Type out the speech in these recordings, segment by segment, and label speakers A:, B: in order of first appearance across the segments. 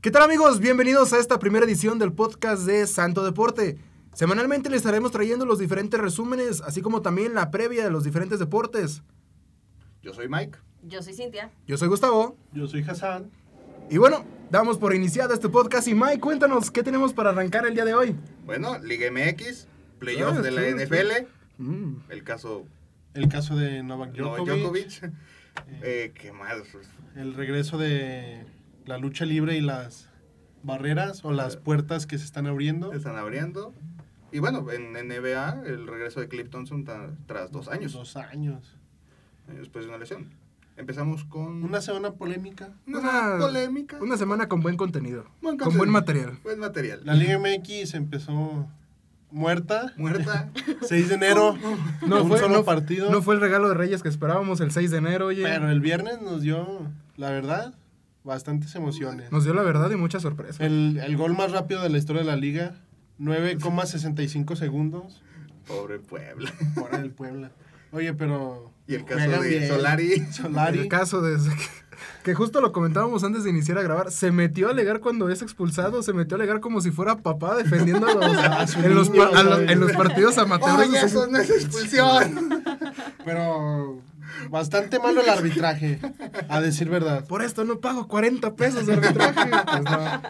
A: ¿Qué tal amigos? Bienvenidos a esta primera edición del podcast de Santo Deporte. Semanalmente les estaremos trayendo los diferentes resúmenes, así como también la previa de los diferentes deportes.
B: Yo soy Mike.
C: Yo soy Cintia.
A: Yo soy Gustavo.
D: Yo soy Hassan.
A: Y bueno, damos por iniciado este podcast y Mike, cuéntanos, ¿qué tenemos para arrancar el día de hoy?
B: Bueno, Liga MX, playoffs
A: Ah,
B: de
A: sí,
B: la
A: sí.
B: NFL,
A: Mm.
B: el caso
D: El caso de Novak
B: Novak
D: Djokovic.
B: Djokovic. Eh, ¿Qué más?
D: El regreso de la lucha libre y las barreras o las puertas que se están abriendo.
B: Están abriendo. Y bueno, en NBA, el regreso de Cliff Thompson ta- tras dos años,
D: Dos años.
B: eh, después de una lesión. Empezamos con
D: Una semana polémica.
B: una semana polémica.
A: Una semana con buen contenido.
B: Buen
A: con buen
B: contenido.
A: material.
B: Buen material.
D: La Liga MX empezó muerta.
B: Muerta.
D: 6 de enero. No un solo
A: no-
D: partido.
A: no fue el regalo de Reyes que esperábamos el 6 de enero, oye.
D: Pero el viernes nos dio, la verdad, bastantes emociones.
A: Nos dio la verdad y mucha sorpresa.
D: El, el gol más rápido de la historia de la liga, 9,65 segundos.
B: Pobre Puebla.
D: Fuera del Puebla. Oye, pero.
B: Y el caso
D: juegan
B: de
D: bien.
B: Solari.
D: Solari.
A: El caso de que, que justo lo comentábamos antes de iniciar a grabar, se metió a alegar cuando es expulsado, se metió a alegar como si fuera papá defendiendo a los,
D: A su
A: en, los,
D: niño,
A: par- a los-
D: güey.
A: en los partidos amateurs.
B: Oye, eso no es expulsión.
D: Pero. Bastante malo el arbitraje, a decir verdad.
A: Por esto no pago 40 pesos de arbitraje. Pues no.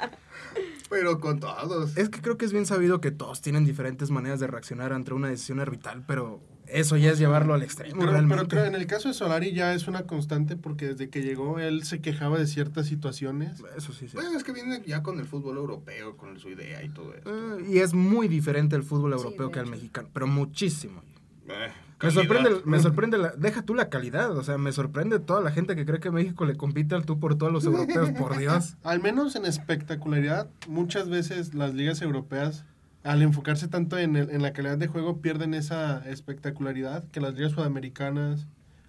B: Pero con todos.
A: Es que creo que es bien sabido que todos tienen diferentes maneras de reaccionar ante una decisión arbitral, pero eso ya es llevarlo al extremo
D: Creo-
A: realmente.
D: pero creo en el caso de Solari ya es una constante porque desde que llegó él se quejaba de ciertas situaciones.
A: Eso sí, sí.
B: Bueno, es que viene ya con el fútbol europeo, con su idea y todo eso.
A: Eh, y es muy diferente el fútbol europeo
C: de
A: que al
C: hecho.
A: mexicano, pero muchísimo.
B: Eh,
A: Me
B: calidad.
A: sorprende, me sorprende la- deja tú la calidad, o sea, me sorprende toda la gente que cree que México le compite al tú por todos los europeos, por Dios.
D: Al menos en espectacularidad, muchas veces las ligas europeas, al enfocarse tanto en, el- en la calidad de juego, pierden esa espectacularidad que las ligas sudamericanas,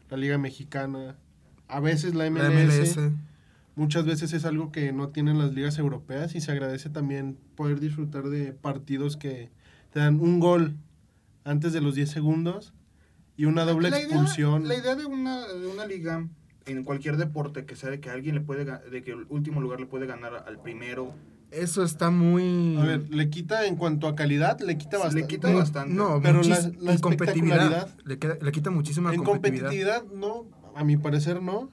D: la liga mexicana, a veces la
A: La
D: MLS,
A: MLS.
D: muchas veces es algo que no tienen las ligas europeas y se agradece también poder disfrutar de partidos que te dan un gol antes de los 10 segundos y una doble
B: La idea-
D: expulsión.
B: La idea de una, de una liga en cualquier deporte que sea de que alguien le puede ga- de que el último lugar le puede ganar al primero
A: Eso está muy...
D: A ver, le quita en cuanto a calidad, le quita
B: Le
D: bastante.
B: quita
A: muy-
B: bastante.
A: No,
D: Pero
A: muchis-
D: la- la
A: y competitividad.
D: espectacularidad-
A: Le, queda- le quita muchísima
D: En
A: competitividad.
D: competitividad, no, a mi parecer no,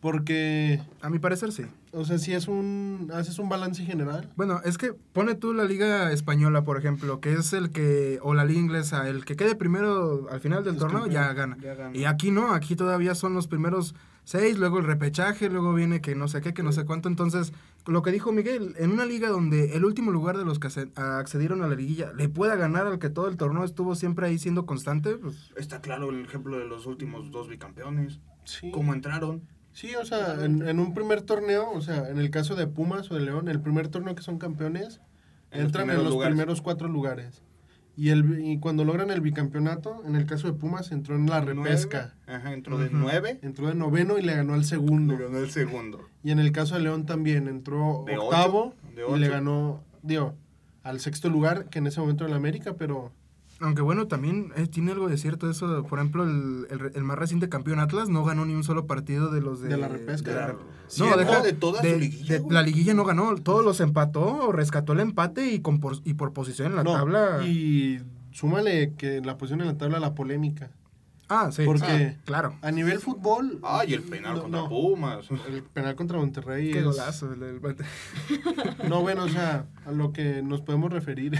D: porque,
A: A mi parecer sí.
D: o sea, si es un, haces un balance general,
A: Bueno, es que pone tú la liga española, por ejemplo, que es el que, o la liga inglesa, el que quede primero al final del
D: Es
A: torneo ya gana.
B: ya gana.
A: Y aquí no, aquí todavía son los primeros seis, luego el repechaje, luego viene que no sé qué, que no sé cuánto. Entonces, lo que dijo Miguel, en una liga donde el último lugar de los que acce- accedieron a la liguilla le pueda ganar al que todo el torneo estuvo siempre ahí siendo constante, pues
B: Está claro el ejemplo de los últimos dos bicampeones.
D: sí.
B: Cómo entraron.
D: Sí, o sea, en, en un primer torneo, o sea, en el caso de Pumas o de León, el primer torneo que son campeones,
B: En los
D: entran
B: primeros
D: en los
B: lugares.
D: primeros cuatro lugares. Y, el, bi- y cuando logran el bicampeonato, en el caso de Pumas, entró en la repesca.
B: Nueve. Ajá, entró de
A: Ujú.
B: nueve.
D: Entró de noveno y le ganó al
B: Le
D: segundo.
B: ganó el segundo.
D: Y en el caso de León también entró
B: De
D: octavo
B: ocho, de
D: y le
B: ocho.
D: ganó, digo, al sexto lugar, que en ese momento era el América, pero
A: Aunque bueno, también eh, tiene algo de cierto eso. Por ejemplo, el, el re- el más reciente campeón Atlas no ganó ni un solo partido de los de,
D: De la repesca.
A: de la
B: Claro.
A: rep-
B: Sí,
A: no,
B: no,
A: deja,
B: de toda su liguilla,
A: de-
B: güey.
A: la liguilla no ganó. Todos los empató o rescató el empate y, con por, y por posición en la
D: no.
A: tabla.
D: Y súmale que la posición en la tabla la polémica.
A: ah, sí.
D: Porque-
A: ah, claro.
D: A nivel fútbol,
B: Ay, el penal
D: No,
B: contra
D: no.
B: Pumas.
D: el penal contra Monterrey
A: Qué
D: es-
A: golazo. el- el-
D: No, bueno, o sea, a lo que nos podemos referir.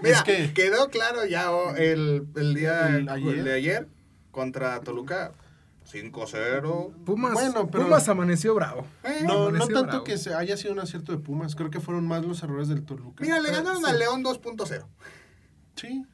B: Mira,
D: es que
B: quedó claro ya oh, el, el día
D: El ayer.
B: de ayer contra Toluca. 5-0.
A: Pumas,
D: Bueno, pero-
A: Pumas amaneció bravo.
B: Eh,
D: no, no
A: amaneció
D: tanto
A: bravo.
D: que se haya sido un acierto de Pumas, creo que fueron más los errores del Toluca.
B: Mira, le ganaron
D: Sí.
B: al León 2.0.
D: Sí,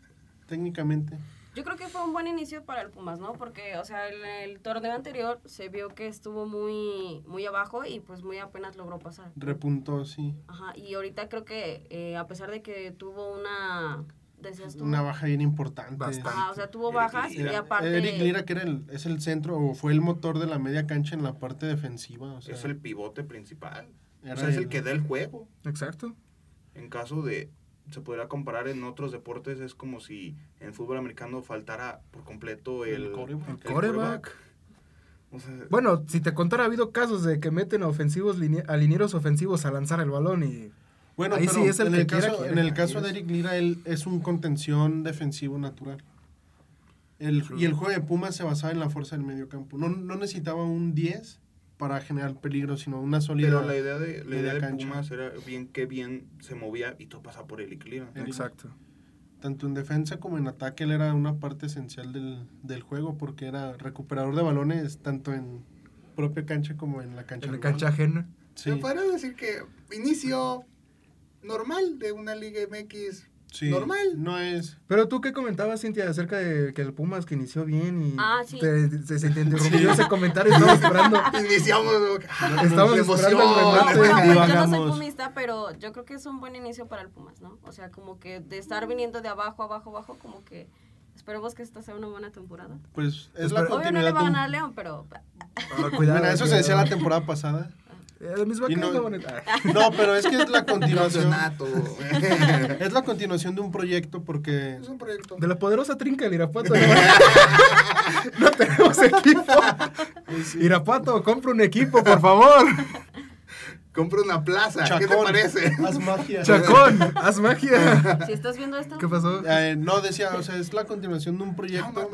D: técnicamente.
C: Yo creo que fue un buen inicio para el Pumas, ¿no? Porque, o sea, en el torneo anterior se vio que estuvo muy, muy abajo y pues muy apenas logró pasar.
D: Repuntó, sí.
C: Ajá, y ahorita creo que eh, a pesar de que tuvo una... Decías tú.
D: Una baja bien importante.
A: Bastante.
C: Ajá, o sea, tuvo
B: Eric
C: bajas
B: Lira.
C: y aparte...
D: Eric Lira, que era el, es el centro o fue el motor de la media cancha en la parte defensiva. O sea,
B: es el pivote principal. O
D: era
B: sea, es el
D: el-
B: que da el juego.
A: Exacto.
B: En caso de, se podría comparar en otros deportes, es como si en fútbol americano faltara por completo el,
D: El quarterback.
A: Coreback.
B: el quarterback. O sea,
A: Bueno, si te contara, ha habido casos de que meten a ofensivos line- a linieros ofensivos a lanzar el balón y
D: Bueno,
A: Ahí
D: pero
A: sí es el
D: en,
A: que
D: el
A: quiera,
D: caso,
A: quiera,
D: en el
A: ahí
D: caso
A: es.
D: de Eric Lira, él es un contención defensivo natural. El, y el juego de Pumas se basaba en la fuerza del mediocampo. No, no necesitaba un 10 para generar peligro, sino una sólida.
B: pero la idea de, la
D: media
B: idea de
D: cancha.
B: Pumas era bien que bien se movía y todo pasaba por él y clear.
D: Eric.
A: exacto.
D: Tanto en defensa como en ataque, él era una parte esencial del, del juego porque era recuperador de balones tanto en propia cancha como en la cancha.
A: En la
D: rival.
A: cancha ajena.
D: Sí,
E: ¿Me podrías decir que inicio normal de una Liga MX?
D: sí.
E: normal.
D: No es.
A: Pero tú qué comentabas, Cintia, acerca de que el Pumas que inició bien y
C: Ah, sí.
A: te, se, se te interrumpió ese comentario, estaba esperando.
E: Iniciamos. ¿no? La
A: Estamos esperando el
E: emoción.
C: No,
A: remate.
C: bueno, yo no soy
D: Divagamos.
C: pumista, pero yo creo que es un buen inicio para el Pumas, ¿no? O sea, como que de estar viniendo de abajo, abajo, abajo, como que esperemos que esta sea una buena temporada.
D: Pues es
A: Pues,
D: la
A: pero-
C: Obvio no le
D: continuidad.
C: va a
D: de un-
C: ganar León, pero
A: Ah, cuidado,
D: Bueno, eso se decía la
A: cuidado.
D: temporada pasada.
A: Eh, Mis vacas
D: Y no-
A: no van a- Ah.
D: No, pero es que es la continuación.
E: Campeonato.
D: Es la continuación de un proyecto porque
E: Es un proyecto.
A: De la poderosa trinca del Irapuato. No, No tenemos equipo.
D: Pues
A: Irapuato, compra un equipo, por favor.
E: Compra una plaza. ¿Qué te
D: Chacón,
E: parece?
D: haz magia.
A: Chacón, haz magia.
C: si estás viendo esto,
A: ¿Qué pasó?
D: Eh, no decía, o sea, es la continuación de un proyecto.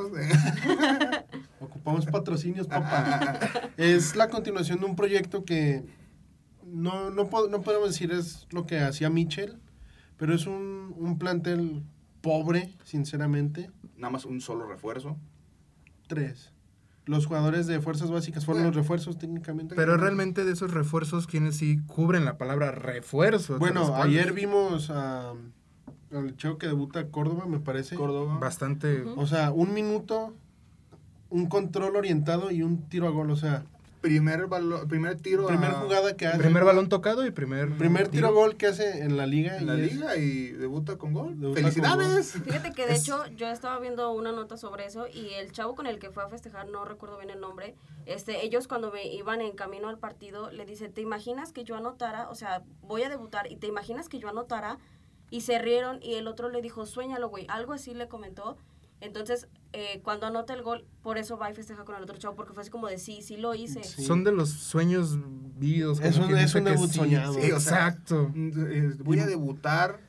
D: Ocupamos patrocinios, papá. Es la continuación de un proyecto que no, no, po- no podemos decir es lo que hacía Mitchell, pero es un, un plantel pobre, sinceramente.
B: Nada más un solo refuerzo.
D: Tres. Los jugadores de fuerzas básicas fueron los refuerzos técnicamente.
A: Pero realmente de esos refuerzos, ¿quiénes sí cubren la palabra refuerzo?
D: Bueno,
A: ¿Cuál?
D: ayer vimos a- al chavo que debuta Córdoba, me parece.
B: Córdoba.
A: Bastante.
C: Ujú.
D: O sea, un minuto, un control orientado y un tiro a gol. O sea,
E: Primer, balo- primer tiro. a-
D: primera jugada que hace.
A: Primer balón tocado y primer.
D: primer tiro a gol que hace en la liga.
E: En la
D: y es-
E: liga y debuta con gol.
D: Debuta con
E: ¡Felicidades!
C: Fíjate que de
A: Es-
C: hecho yo estaba viendo una nota sobre eso y el chavo con el que fue a festejar, no recuerdo bien el nombre, este, ellos cuando me iban en camino al partido le dice, ¿te imaginas que yo anotara? O sea, voy a debutar y ¿te imaginas que yo anotara? Y se rieron y el otro le dijo, suéñalo, güey, algo así le comentó. Entonces, eh, cuando anota el gol, por eso va y festeja con el otro chavo, porque fue así como de, sí, sí lo hice.
D: Sí.
A: Son de los sueños vividos. como
D: Es un-
A: quien
D: es
A: dice
D: un
A: que
D: debut
A: sí,
D: soñado.
A: sí,
E: Sí, o sea,
A: exacto.
B: Eh,
E: Voy a debutar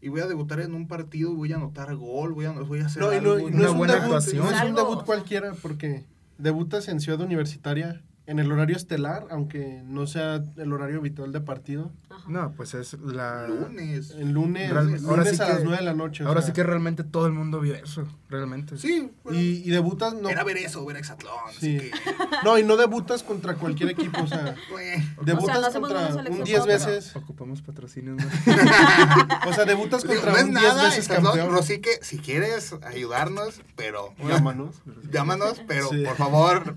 E: y voy a debutar en un partido, voy a anotar gol, voy a, voy a hacer
D: No, y no,
E: algo.
D: y no
A: Una
D: es un
A: buena
D: debut,
A: actuación.
D: no es un
C: Algo, o
D: debut
C: sea.
D: cualquiera porque debutas en Ciudad Universitaria en el horario estelar, aunque no sea el horario habitual de partido.
C: Ajá.
A: No, pues es la.
E: lunes.
D: El lunes,
A: Realmente- ahora
D: lunes
A: sí
D: a
A: que-
D: las 9 de la noche. o
A: Ahora
D: sea,
A: sí que realmente todo el mundo vio eso. Realmente.
E: Sí, bueno,
D: Y, y debutas no,
E: era ver eso, ver Exatlón.
D: Sí.
E: Así que,
D: no, y no debutas contra cualquier equipo, o sea,
E: güey,
D: debutas
C: no hacemos
D: contra
C: buenos al
D: un
C: Exatlón,
D: 10
C: pero-
D: veces,
A: Ocupamos patrocinios. ¿no?
D: o sea, debutas
E: digo,
D: contra
E: no es
D: un 10
E: nada,
D: veces
E: Exatlón.
D: campeón.
E: Pero sí que si quieres ayudarnos, pero.
D: Llámanos.
E: Llámanos, pero
D: Sí.
E: por favor,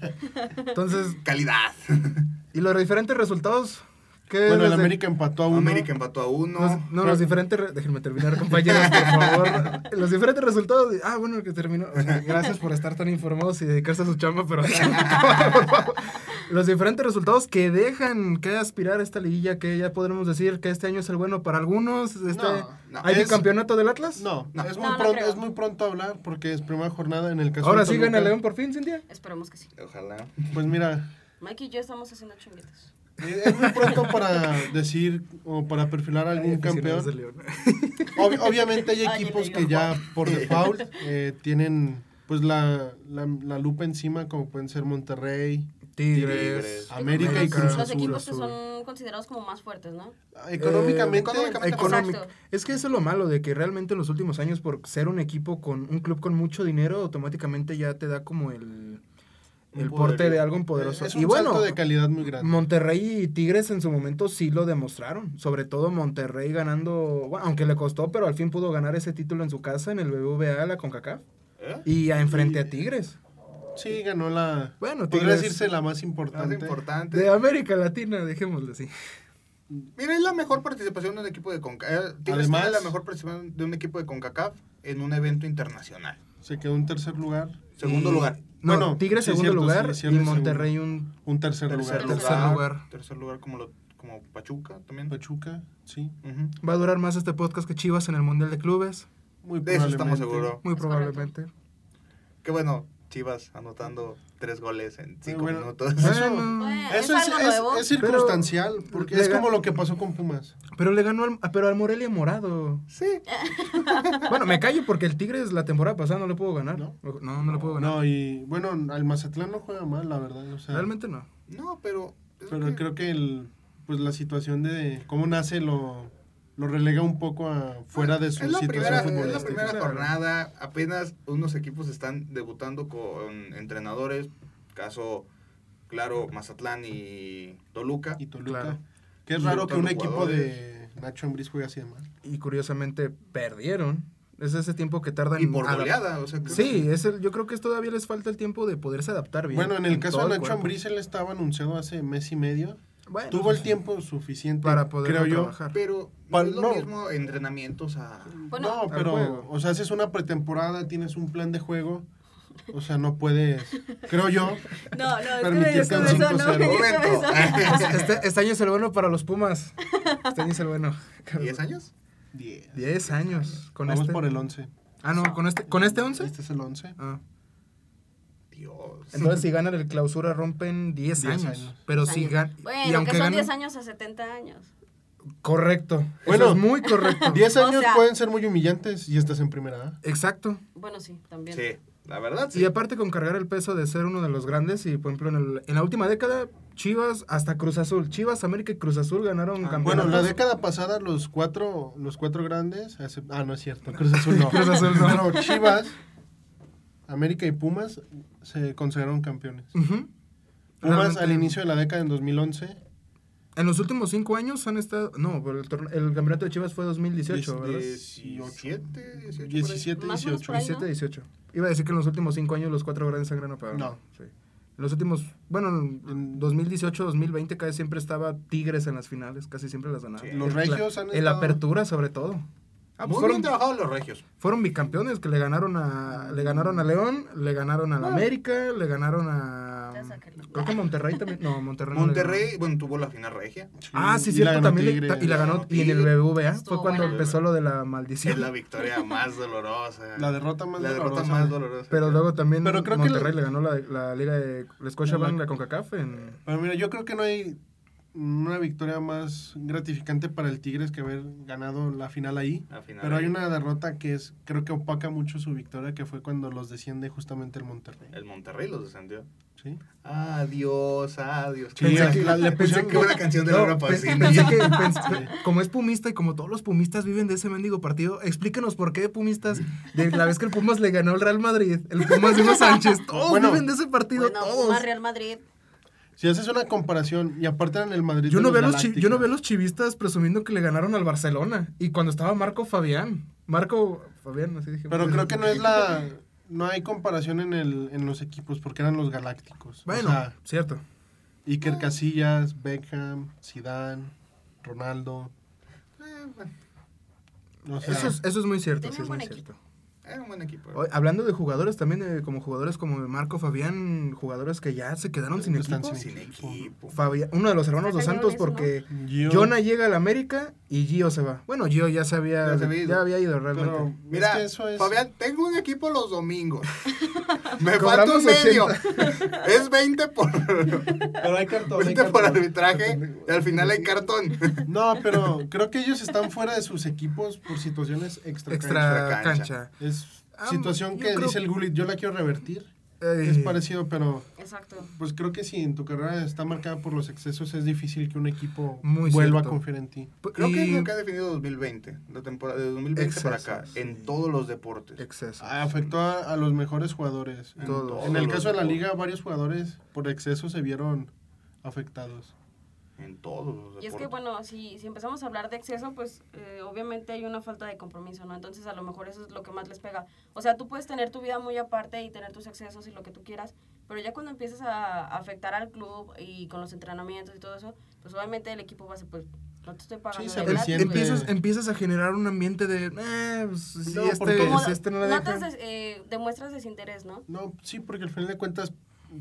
A: Entonces,
E: calidad.
A: ¿y los diferentes resultados? ¿Qué
D: Bueno, el
A: desde-
D: América empató a uno.
B: América empató a uno.
A: Los- no, los diferentes. re- Déjenme terminar, compañeros, por favor. Los diferentes resultados. Ah, bueno, que terminó. O sea, gracias por estar tan informados y dedicarse a su chamba, pero. los diferentes resultados que dejan que aspirar a esta liguilla, que ya podremos decir que este año es el bueno para algunos. Este,
E: no,
A: ¿Hay
D: es-
A: bicampeonato del Atlas?
D: No,
E: No.
D: es,
C: No,
D: muy
C: no
D: pronto,
C: creo.
D: es muy pronto hablar porque es primera jornada en el caso
A: Ahora
D: del
A: sí gana
D: Toluca.
A: León por fin, Cintia.
C: Esperemos que sí.
B: Ojalá.
D: Pues mira, eh,
C: Mike y yo estamos haciendo chunguitos.
D: es es muy pronto para decir o para perfilar a algún
A: Aficionados de
D: campeón.
A: León.
D: Ob- obviamente hay
C: Ay,
D: equipos
C: le digo.
D: que ya por default eh, tienen pues la, la, la lupa encima como pueden ser Monterrey.
A: Tigres.
B: Tigres.
D: América y
C: Los-
D: Cruz
C: Los
A: Azul,
C: equipos que
A: Azul.
C: son considerados como más fuertes, ¿no?
D: Económicamente, pues,
E: económicamente,
A: Eh, Económico.
C: Exacto.
A: Es que eso es lo malo, de que realmente en los últimos años, por ser un equipo con un club con mucho dinero, automáticamente ya te da como el, el
B: Un
A: porte
B: poderío.
A: de algo poderoso.
D: es un
A: y bueno,
D: salto de calidad muy grande.
A: Monterrey y Tigres en su momento sí lo demostraron. Sobre todo Monterrey ganando, bueno, aunque le costó, pero al fin pudo ganar ese título en su casa, en el BBVA, la CONCACAF.
B: ¿Eh?
A: Y a- enfrente a Tigres.
D: Sí, ganó la...
A: Bueno,
D: podría
A: Tigres-
D: decirse la más
E: Más
D: importante.
E: importante.
A: De América Latina, dejémoslo así.
E: Mira, es la mejor participación de eh, un equipo de CONCACAF.
D: Además-
E: es la mejor participación de un equipo de CONCACAF en un evento internacional.
D: Se quedó en tercer lugar.
E: Segundo
A: Y-
E: lugar.
A: No,
D: Bueno,
A: Tigres
D: sí,
A: segundo
D: cierto,
A: lugar
D: sí,
A: y
D: cierto,
A: Monterrey un...
D: Un tercer,
B: Tercer
D: lugar. Pues,
B: lugar.
A: Tercer lugar.
B: Tercer lugar como, lo, como Pachuca también.
D: Pachuca, sí.
B: Ujú.
A: Va a durar más este podcast que Chivas en el Mundial de Clubes.
D: Muy
E: De eso estamos
D: probablemente.
E: seguros.
A: Muy
C: Es
A: probablemente.
E: Que bueno,
B: Chivas anotando tres goles en cinco
D: bueno, ¿eh?
B: minutos.
A: Bueno,
C: Bueno,
D: Pues Eso
C: Eh, es
D: es,
C: algo
D: es-
C: nuevo.
D: es circunstancial, porque
A: le
D: es
A: gan-
D: como lo que pasó con Pumas.
A: pero le ganó al, ah, pero al Morelia morado.
B: Sí.
A: Bueno, me callo porque el Tigres la temporada pasada no le puedo ganar. No,
D: ¿No?
A: no, no le puedo ganar.
D: No, y bueno, al Mazatlán no juega mal, la verdad. o sea,
A: Realmente no.
B: No, pero.
D: Pero creo que el, pues la situación de cómo nace lo, lo relega un poco a fuera de su
B: es la
D: situación
B: primera, es la
D: futbolística.
B: primera
A: Claro.
B: jornada, apenas unos equipos están debutando con entrenadores, caso claro Mazatlán y Toluca.
D: Y Toluca.
A: Claro.
D: Que es
B: Y
D: raro que un
B: rotando
D: equipo de Nacho Ambriz juegue así de mal.
A: Y curiosamente perdieron. Es ese tiempo que tardan
B: Y por
A: adap-
B: goleada, o sea, creo
A: Sí, eh, es el, yo creo que es todavía les falta el tiempo de poderse adaptar bien.
D: Bueno, en el caso
A: todo
D: de Nacho
A: cuerpo.
D: Ambriz, él estaba anunciado hace mes y medio.
A: Bueno,
D: Tuvo
A: pues,
D: el tiempo suficiente,
A: para poder
D: creo yo.
A: trabajar.
B: Pero no
D: Pal-
B: es lo
D: no.
B: mismo entrenamientos a.
C: Bueno.
D: no,
A: Al juego.
D: pero, o sea, haces una pretemporada, tienes un plan de juego. O sea, no puedes, creo yo.
C: No, no, es que me
D: Permitir
C: dio
D: que un
C: eso, no,
D: 5-0.
C: me dio
B: Momento.
C: eso.
A: Este, este año es el bueno para los Pumas. Este año es el bueno.
B: ¿10 años?
D: 10.
A: 10 años. Con
D: Vamos
A: este.
D: por el 11.
A: Ah, no, con este, con este 11.
D: Este es el 11.
A: Ah.
B: Dios.
A: Entonces, si ganan el clausura, rompen 10
D: 10
A: años.
D: años.
A: Pero si ganan. y
C: Bueno,
A: aunque
C: que son
A: ganan-
C: 10 años a 70 años.
A: Correcto. Bueno,
D: Bueno.
A: es muy correcto.
D: 10
C: Ah, O
D: años
C: sea-
D: pueden ser muy humillantes y estás en primera A.
A: Exacto.
C: Bueno, sí, también.
B: Sí, la verdad
A: Y
B: sí.
A: aparte, con cargar el peso de ser uno de los grandes, y por ejemplo, en, el- en la última década, Chivas hasta Cruz Azul. Chivas, América y Cruz Azul ganaron
D: Ah, Bueno,
A: campeonatos.
D: la década pasada los cuatro, los cuatro grandes, excep- ah, no es cierto, Cruz Azul no.
A: Cruz Azul no.
D: Pero Chivas, América y Pumas se consideraron campeones.
A: Ujú.
D: Pumas
A: Mm, Realmente-
D: al inicio de la década en 2011,
A: En los últimos cinco años han estado. No, pero el, torne- el campeonato de Chivas fue 2018, ¿verdad?
B: 17, 18.
D: 17,
C: Más o menos
D: 18.
C: por ahí.
A: 17, 18. Iba a decir que en los últimos cinco años los cuatro grandes han ganado, pero
D: No.
A: sí. En los últimos. Bueno, en
D: En-
A: 2018, 2020, casi siempre estaba Tigres en las finales, casi siempre las ganaban.
B: Sí.
D: Los
A: El-
D: regios han
A: El
D: estado-
A: Apertura, sobre todo. Ah, pues
B: Muy
A: fueron,
B: bien trabajados los regios.
A: fueron bicampeones que le ganaron a le ganaron a León, le ganaron al América, le ganaron a
C: Ya sáquenlo.
A: creo que Monterrey también, no, Monterrey. no le ganó.
B: Monterrey, bueno, tuvo la final regia.
A: Ah, sí,
D: Y
A: cierto,
D: la ganó
A: también le-
D: Tigres.
A: y la ganó y en el BBVA fue
C: Estuvo
A: cuando
C: buena.
A: empezó lo de la
B: Es
A: maldición.
B: la victoria más dolorosa.
D: La derrota más
B: La derrota
D: dolorosa.
B: más dolorosa.
A: Pero luego también
D: Pero creo que
A: Monterrey le
D: la-
A: ganó la, la liga de la Scotiabank, la CONCACAF en
D: Pero mira, yo creo que no hay una victoria más gratificante para el Tigres que haber ganado la final ahí.
B: La final
D: Pero hay
B: ahí.
D: una derrota que es, creo que opaca mucho su victoria, que fue cuando los desciende justamente el Monterrey.
B: El Monterrey los descendió.
D: ¿Sí?
B: Adiós, adiós.
D: Sí, Pensé que-
B: la,
D: la- le
B: pensé
D: pusieron-
B: que una canción de
A: No,
B: Laura
A: pe-
B: Pausini.
A: pensé que- pensé- como es pumista y como todos los pumistas viven de ese mendigo partido, explíquenos por qué pumistas, de la vez que el Pumas le ganó al Real Madrid, el Pumas de Hugo Sánchez, todos
D: Bueno.
A: viven de ese partido,
C: Bueno,
A: todos.
C: Pumas, Real Madrid.
D: Si haces una comparación y aparte en el Madrid.
A: Yo
D: de
A: no, veo a los chi-
D: Galácticos,
A: yo no veo a los chivistas presumiendo que le ganaron al Barcelona. Y cuando estaba Marco Fabián. Marco Fabián, así dije.
D: Pero creo que no es la. No hay comparación en, el, en los equipos porque eran los galácticos.
A: Bueno,
D: O sea,
A: cierto.
D: Iker Casillas, Beckham, Zidane, Ronaldo.
B: Eh, bueno,
D: O sea,
A: Eso es, eso es muy cierto.
C: Tenía
A: sí, es
C: un
A: muy
C: buen
A: cierto.
B: Era un buen equipo.
A: Hoy, hablando de jugadores también, eh, como jugadores como Marco Fabián, jugadores que ya se quedaron sin
D: Están
A: equipo.
D: sin
B: Sin equipo.
A: Fabián- uno de los hermanos
C: Está
A: dos
C: cañón
A: Santos
C: eso, ¿no?
A: porque
D: Gio.
A: Jonah llega al América y Gio se va. Bueno, Gio ya se había,
B: Ya se había
A: ya
B: ido.
A: había ido realmente.
D: Pero
B: Mira,
D: es que eso es.
B: Fabián, tengo un equipo los domingos. Me falta
A: Cobramos
B: un medio. es 20 por,
D: Pero hay cartón. hay
B: 20 por
D: cartón.
B: arbitraje y al final hay cartón.
D: No, pero creo que ellos están fuera de sus equipos por situaciones extra.
A: extra
B: cancha.
A: cancha.
D: Es
A: Ah,
D: situación
A: yo
D: que
A: creo-
D: dice el Gullit, yo la quiero revertir.
A: Eh,
D: Es parecido, pero
C: Exacto.
D: pues creo que si en tu carrera está marcada por los excesos, es difícil que un equipo
A: Muy
D: vuelva
A: cierto.
D: a confiar en ti.
B: Creo que es
A: y-
B: lo que ha definido 2020. La temporada de 2020 para acá.
A: Excesos.
B: En todos los deportes.
A: Exceso.
D: Ah, Afectó a, a los mejores jugadores. En,
A: Todos.
D: en el
B: Todos.
D: caso de la liga, varios jugadores por exceso se vieron afectados.
B: En todos los deportes.
C: Y es que, bueno, si, si empezamos a hablar de exceso, pues eh, obviamente hay una falta de compromiso, ¿no? Entonces, a lo mejor eso es lo que más les pega. O sea, tú puedes tener tu vida muy aparte y tener tus excesos y lo que tú quieras, pero ya cuando empiezas a afectar al club y con los entrenamientos y todo eso, pues obviamente el equipo va a ser, pues, no te estoy pagando
D: se
C: de
A: Em-
C: gratis,
D: resiente.
C: güey.
A: empiezas, empiezas a generar un ambiente de. Eh, pues, si
D: No, porque-
A: este,
D: Como
A: si este no la
C: notas
A: deja.
C: des- eh, demuestras desinterés, ¿no?
D: No, sí, porque al final de cuentas,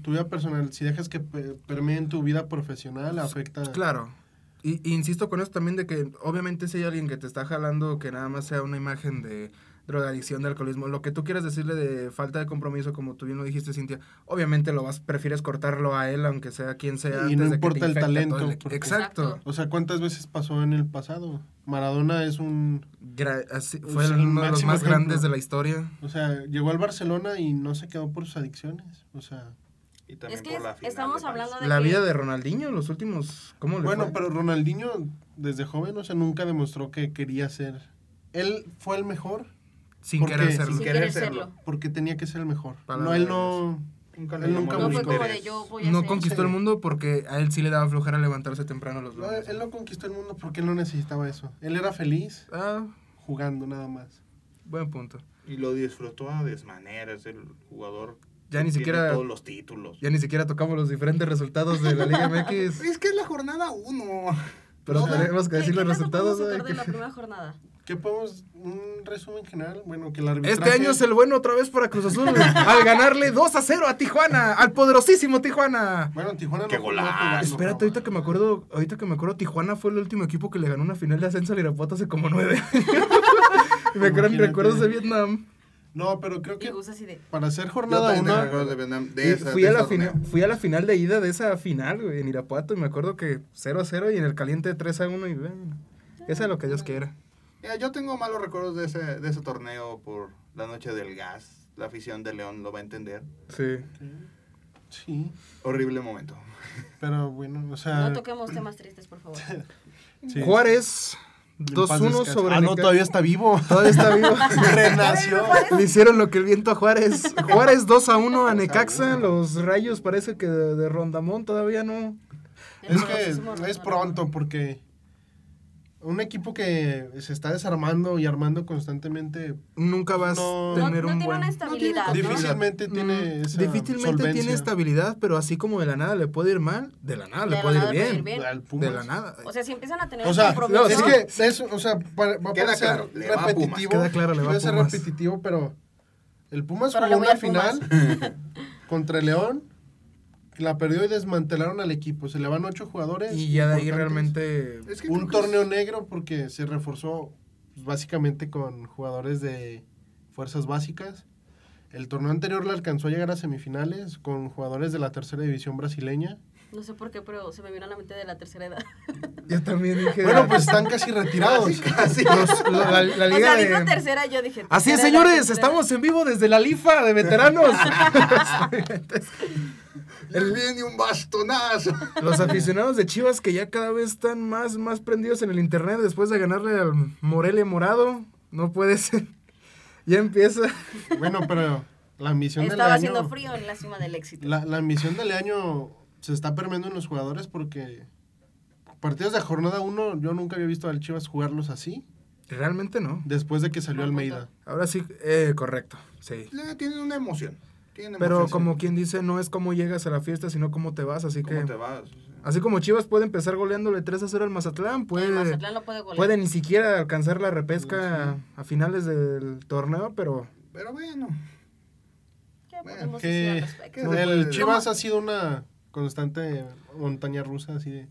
D: tu vida personal, si dejas que pe- permee en tu vida profesional, afecta.
A: Pues Claro. Y, y insisto con eso también de que obviamente si hay alguien que te está jalando que nada más sea una imagen de, drogadicción, de alcoholismo, lo que tú quieras decirle de falta de compromiso, como tú bien lo dijiste, Cintia, obviamente lo vas, prefieres cortarlo a él, aunque sea quien sea.
D: Y
A: antes
D: no
A: de que te
D: importa el
A: infecte
D: talento,
A: todo el-
D: porque-
A: Exacto.
D: O sea, ¿cuántas veces pasó en el pasado? Maradona es un...
A: Gra- así- fue
D: Es el
A: uno de los
D: máximo
A: más
D: ejemplo.
A: grandes de la historia.
D: O sea, llegó al Barcelona y no se quedó por sus adicciones. O sea,
B: Y también
C: Es que
B: por la
C: es-
B: final
C: estamos
B: de París.
C: hablando de-
A: La
C: que-
A: vida de Ronaldinho, los últimos, ¿cómo le
D: bueno,
A: fue?
D: pero Ronaldinho desde joven, o sea, nunca demostró que quería ser... Él fue el mejor
A: sin
D: ¿por
A: querer
D: qué?
A: serlo.
C: sin
B: querer
C: querer
B: serlo.
C: serlo.
D: porque tenía que ser el mejor.
A: Palabra
D: no, él
A: de
D: no...
B: Nunca
D: Él
B: le llamó
D: nunca
B: mucho
C: No fue
D: buscó.
C: como de
B: interés.
C: yo pues voy a
A: No
C: hacer-
A: conquistó el mundo porque a él sí le daba flojera levantarse temprano los
D: no,
A: lunes.
D: él no conquistó el mundo porque él no necesitaba eso. Él era feliz
A: Ah,
D: jugando nada más.
A: buen punto.
B: Y lo disfrutó a desmanera, es el jugador
A: Ya
B: que
A: ni
B: tiene
A: siquiera-
B: todos los títulos.
A: Ya ni siquiera tocamos los diferentes resultados de la Liga MX,
E: Es que es la jornada 1.
A: pero tenemos que
C: ¿Qué-
A: decir
C: qué
A: los
C: tanto
A: resultados.
C: podemos sacar
A: ay,
C: de
A: que-
C: la primera jornada?
D: ¿Qué podemos... un resumen general? Bueno, que el arbitraje...
A: Este año es el bueno otra vez para Cruz Azul al ganarle 2 a 0 a Tijuana, al poderosísimo Tijuana.
D: Bueno, Tijuana
B: ¡Qué
D: no jugó jugando,
A: Espérate, ahorita que me acuerdo, ahorita que me acuerdo, Tijuana fue el último equipo que le ganó una final de ascenso al Irapuato hace como nueve. me acuerdan
D: Imagínate.
A: recuerdos de Vietnam.
D: No, pero creo
C: Y
D: que
C: Gus así de...
D: para ser
B: Yo
D: jornada
B: también tengo
D: 1...
B: recuerdos de Vietnam, de
A: Y
B: esa-
A: fui,
B: de
A: a la
B: esa
A: fina-
B: torneo.
A: fui a la final de ida de esa final, güey, en Irapuato, y me acuerdo que 0 a 0 y en el caliente 3 a 1 y bueno, eso es lo que Dios quiera.
B: Mira, yo tengo malos recuerdos de ese, de ese torneo por la noche del gas. La afición de León lo va a entender.
A: Sí.
D: Sí,
B: Horrible momento.
D: pero bueno, o sea...
C: No toquemos temas tristes, por favor.
D: sí.
A: Juárez
D: En paz
A: 2-1
D: descanse.
A: sobre
D: Ah, no,
A: Neca-
D: todavía está vivo.
A: todavía está vivo.
D: Renació.
A: Le hicieron lo que el viento a Juárez. Juárez 2 a 1 a Necaxa. Los rayos parece que de, de Rondamón todavía no.
C: El
D: Es
C: poderosísimo
D: que es
C: Ronaldo.
D: pronto porque un equipo que se está desarmando y armando constantemente
A: Nunca vas
D: No.
A: a
C: No,
A: tener
C: no
A: un
C: tiene
A: buen.
C: una estabilidad. ¿no?
D: difícilmente tiene
A: Mm,
D: esa
A: difícilmente tiene
D: solvencia.
A: estabilidad, pero así como de la nada le puede ir mal, de la nada
C: De
A: le
C: la
A: puede ir
C: nada le puede
A: bien.
C: ir bien.
D: Al Pumas.
A: De la nada.
C: O sea, si empiezan a tener
D: O sea,
C: compromiso...
A: no,
D: es que eso, o sea, para- va a
B: Queda
D: parecer
B: claro, le va a Pumas.
D: repetitivo.
A: Queda claro, le va
D: Voy
A: a
D: ser
A: Pumas.
D: repetitivo, pero el Pumas
C: Pero le
D: jugó
C: voy
D: una
C: al Pumas.
D: final contra el León. La perdió y desmantelaron al equipo. Se le van ocho jugadores.
A: Y ya de ahí
D: importantes.
A: realmente.
B: Es que
D: un
B: creo que
D: torneo negro porque se reforzó pues, básicamente con jugadores de fuerzas básicas. El torneo anterior le alcanzó a llegar a semifinales con jugadores de la tercera división brasileña.
C: No sé por qué, pero se me vino a la mente de la tercera edad.
A: Yo también dije.
D: Bueno, pues están casi retirados.
A: los- la, la- la
C: o
A: liga
C: sea, dijo
A: de.
C: tercera, yo dije...
A: Así es,
C: tercera edad,
A: señores,
C: tercera
A: estamos en vivo desde la lifa de veteranos.
B: le viene un bastonazo.
A: Los aficionados de Chivas que ya cada vez están más, más prendidos en el internet después de ganarle al Morelia Morado. No puede ser. Ya empieza.
D: Bueno, pero la ambición del
C: Estaba haciendo
D: año...
C: frío en la cima del éxito.
D: La, la ambición del año se está permeando en los jugadores porque partidos de jornada 1 yo nunca había visto al Chivas jugarlos así
A: Realmente no.
D: después de que salió
B: pues,
D: Almeida.
A: Ahora sí, eh, correcto. Sí.
B: Le- Tiene una emoción. Tiene
A: Pero
B: emoción,
A: como quien dice, no es cómo llegas a la fiesta, sino cómo te vas. Así
B: sí. ¿Cómo
A: que.
B: te vas?
A: Así como Chivas puede empezar goleándole 3 a 0 al Mazatlán, puede.
C: El Mazatlán lo puede golear.
A: Puede ni siquiera alcanzar la repesca a, a finales del torneo, pero
B: Pero bueno.
C: ¿Qué podemos
D: que-
C: decir al respecto?
B: ¿Qué se puede
D: El
B: decir?
D: Chivas ha sido una constante montaña rusa, así de...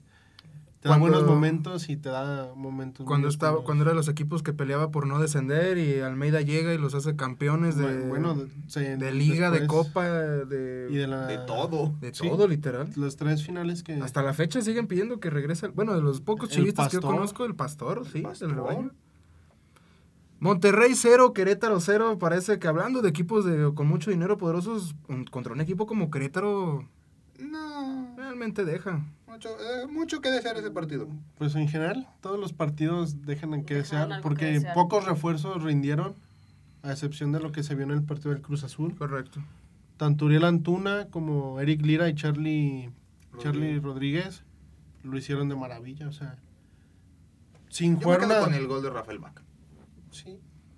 D: Te da
A: Cuando-
D: buenos momentos y te da momentos... muy
A: Pues cuando estaba
D: oscuros.
A: cuando era de los equipos que peleaba por no descender y Almeida llega y los hace campeones de
D: Bueno, de, se-
A: de liga, de
D: después-
A: copa, de,
D: Y de, la-
B: De todo.
A: de
D: sí.
A: todo literal.
D: Los tres finales que...
A: Hasta la fecha siguen pidiendo que regrese, el- bueno, de los pocos
D: El
A: chivistas que yo
D: Pastor.
A: conozco, el Pastor, sí,
B: Pastor.
A: del rebaño. Monterrey 0, Querétaro 0, parece que hablando de equipos de, con mucho dinero poderosos, un- contra un equipo como Querétaro,
B: No.
A: realmente deja.
B: Mucho, eh, mucho que desear ese partido.
D: Pues en general, todos los partidos dejan en que
C: Dejaron
D: desear
C: algo
D: porque
C: que desear.
D: pocos refuerzos rindieron, a excepción de lo que se vio en el partido del Cruz Azul.
A: Correcto.
D: Tanto Uriel Antuna como Eric Lira y Charlie, Charlie Rodríguez lo hicieron de maravilla, o sea. Sin
B: Yo me
D: jugar
B: quedo
D: una.
B: con el gol de Rafael Vaca.
D: Sí,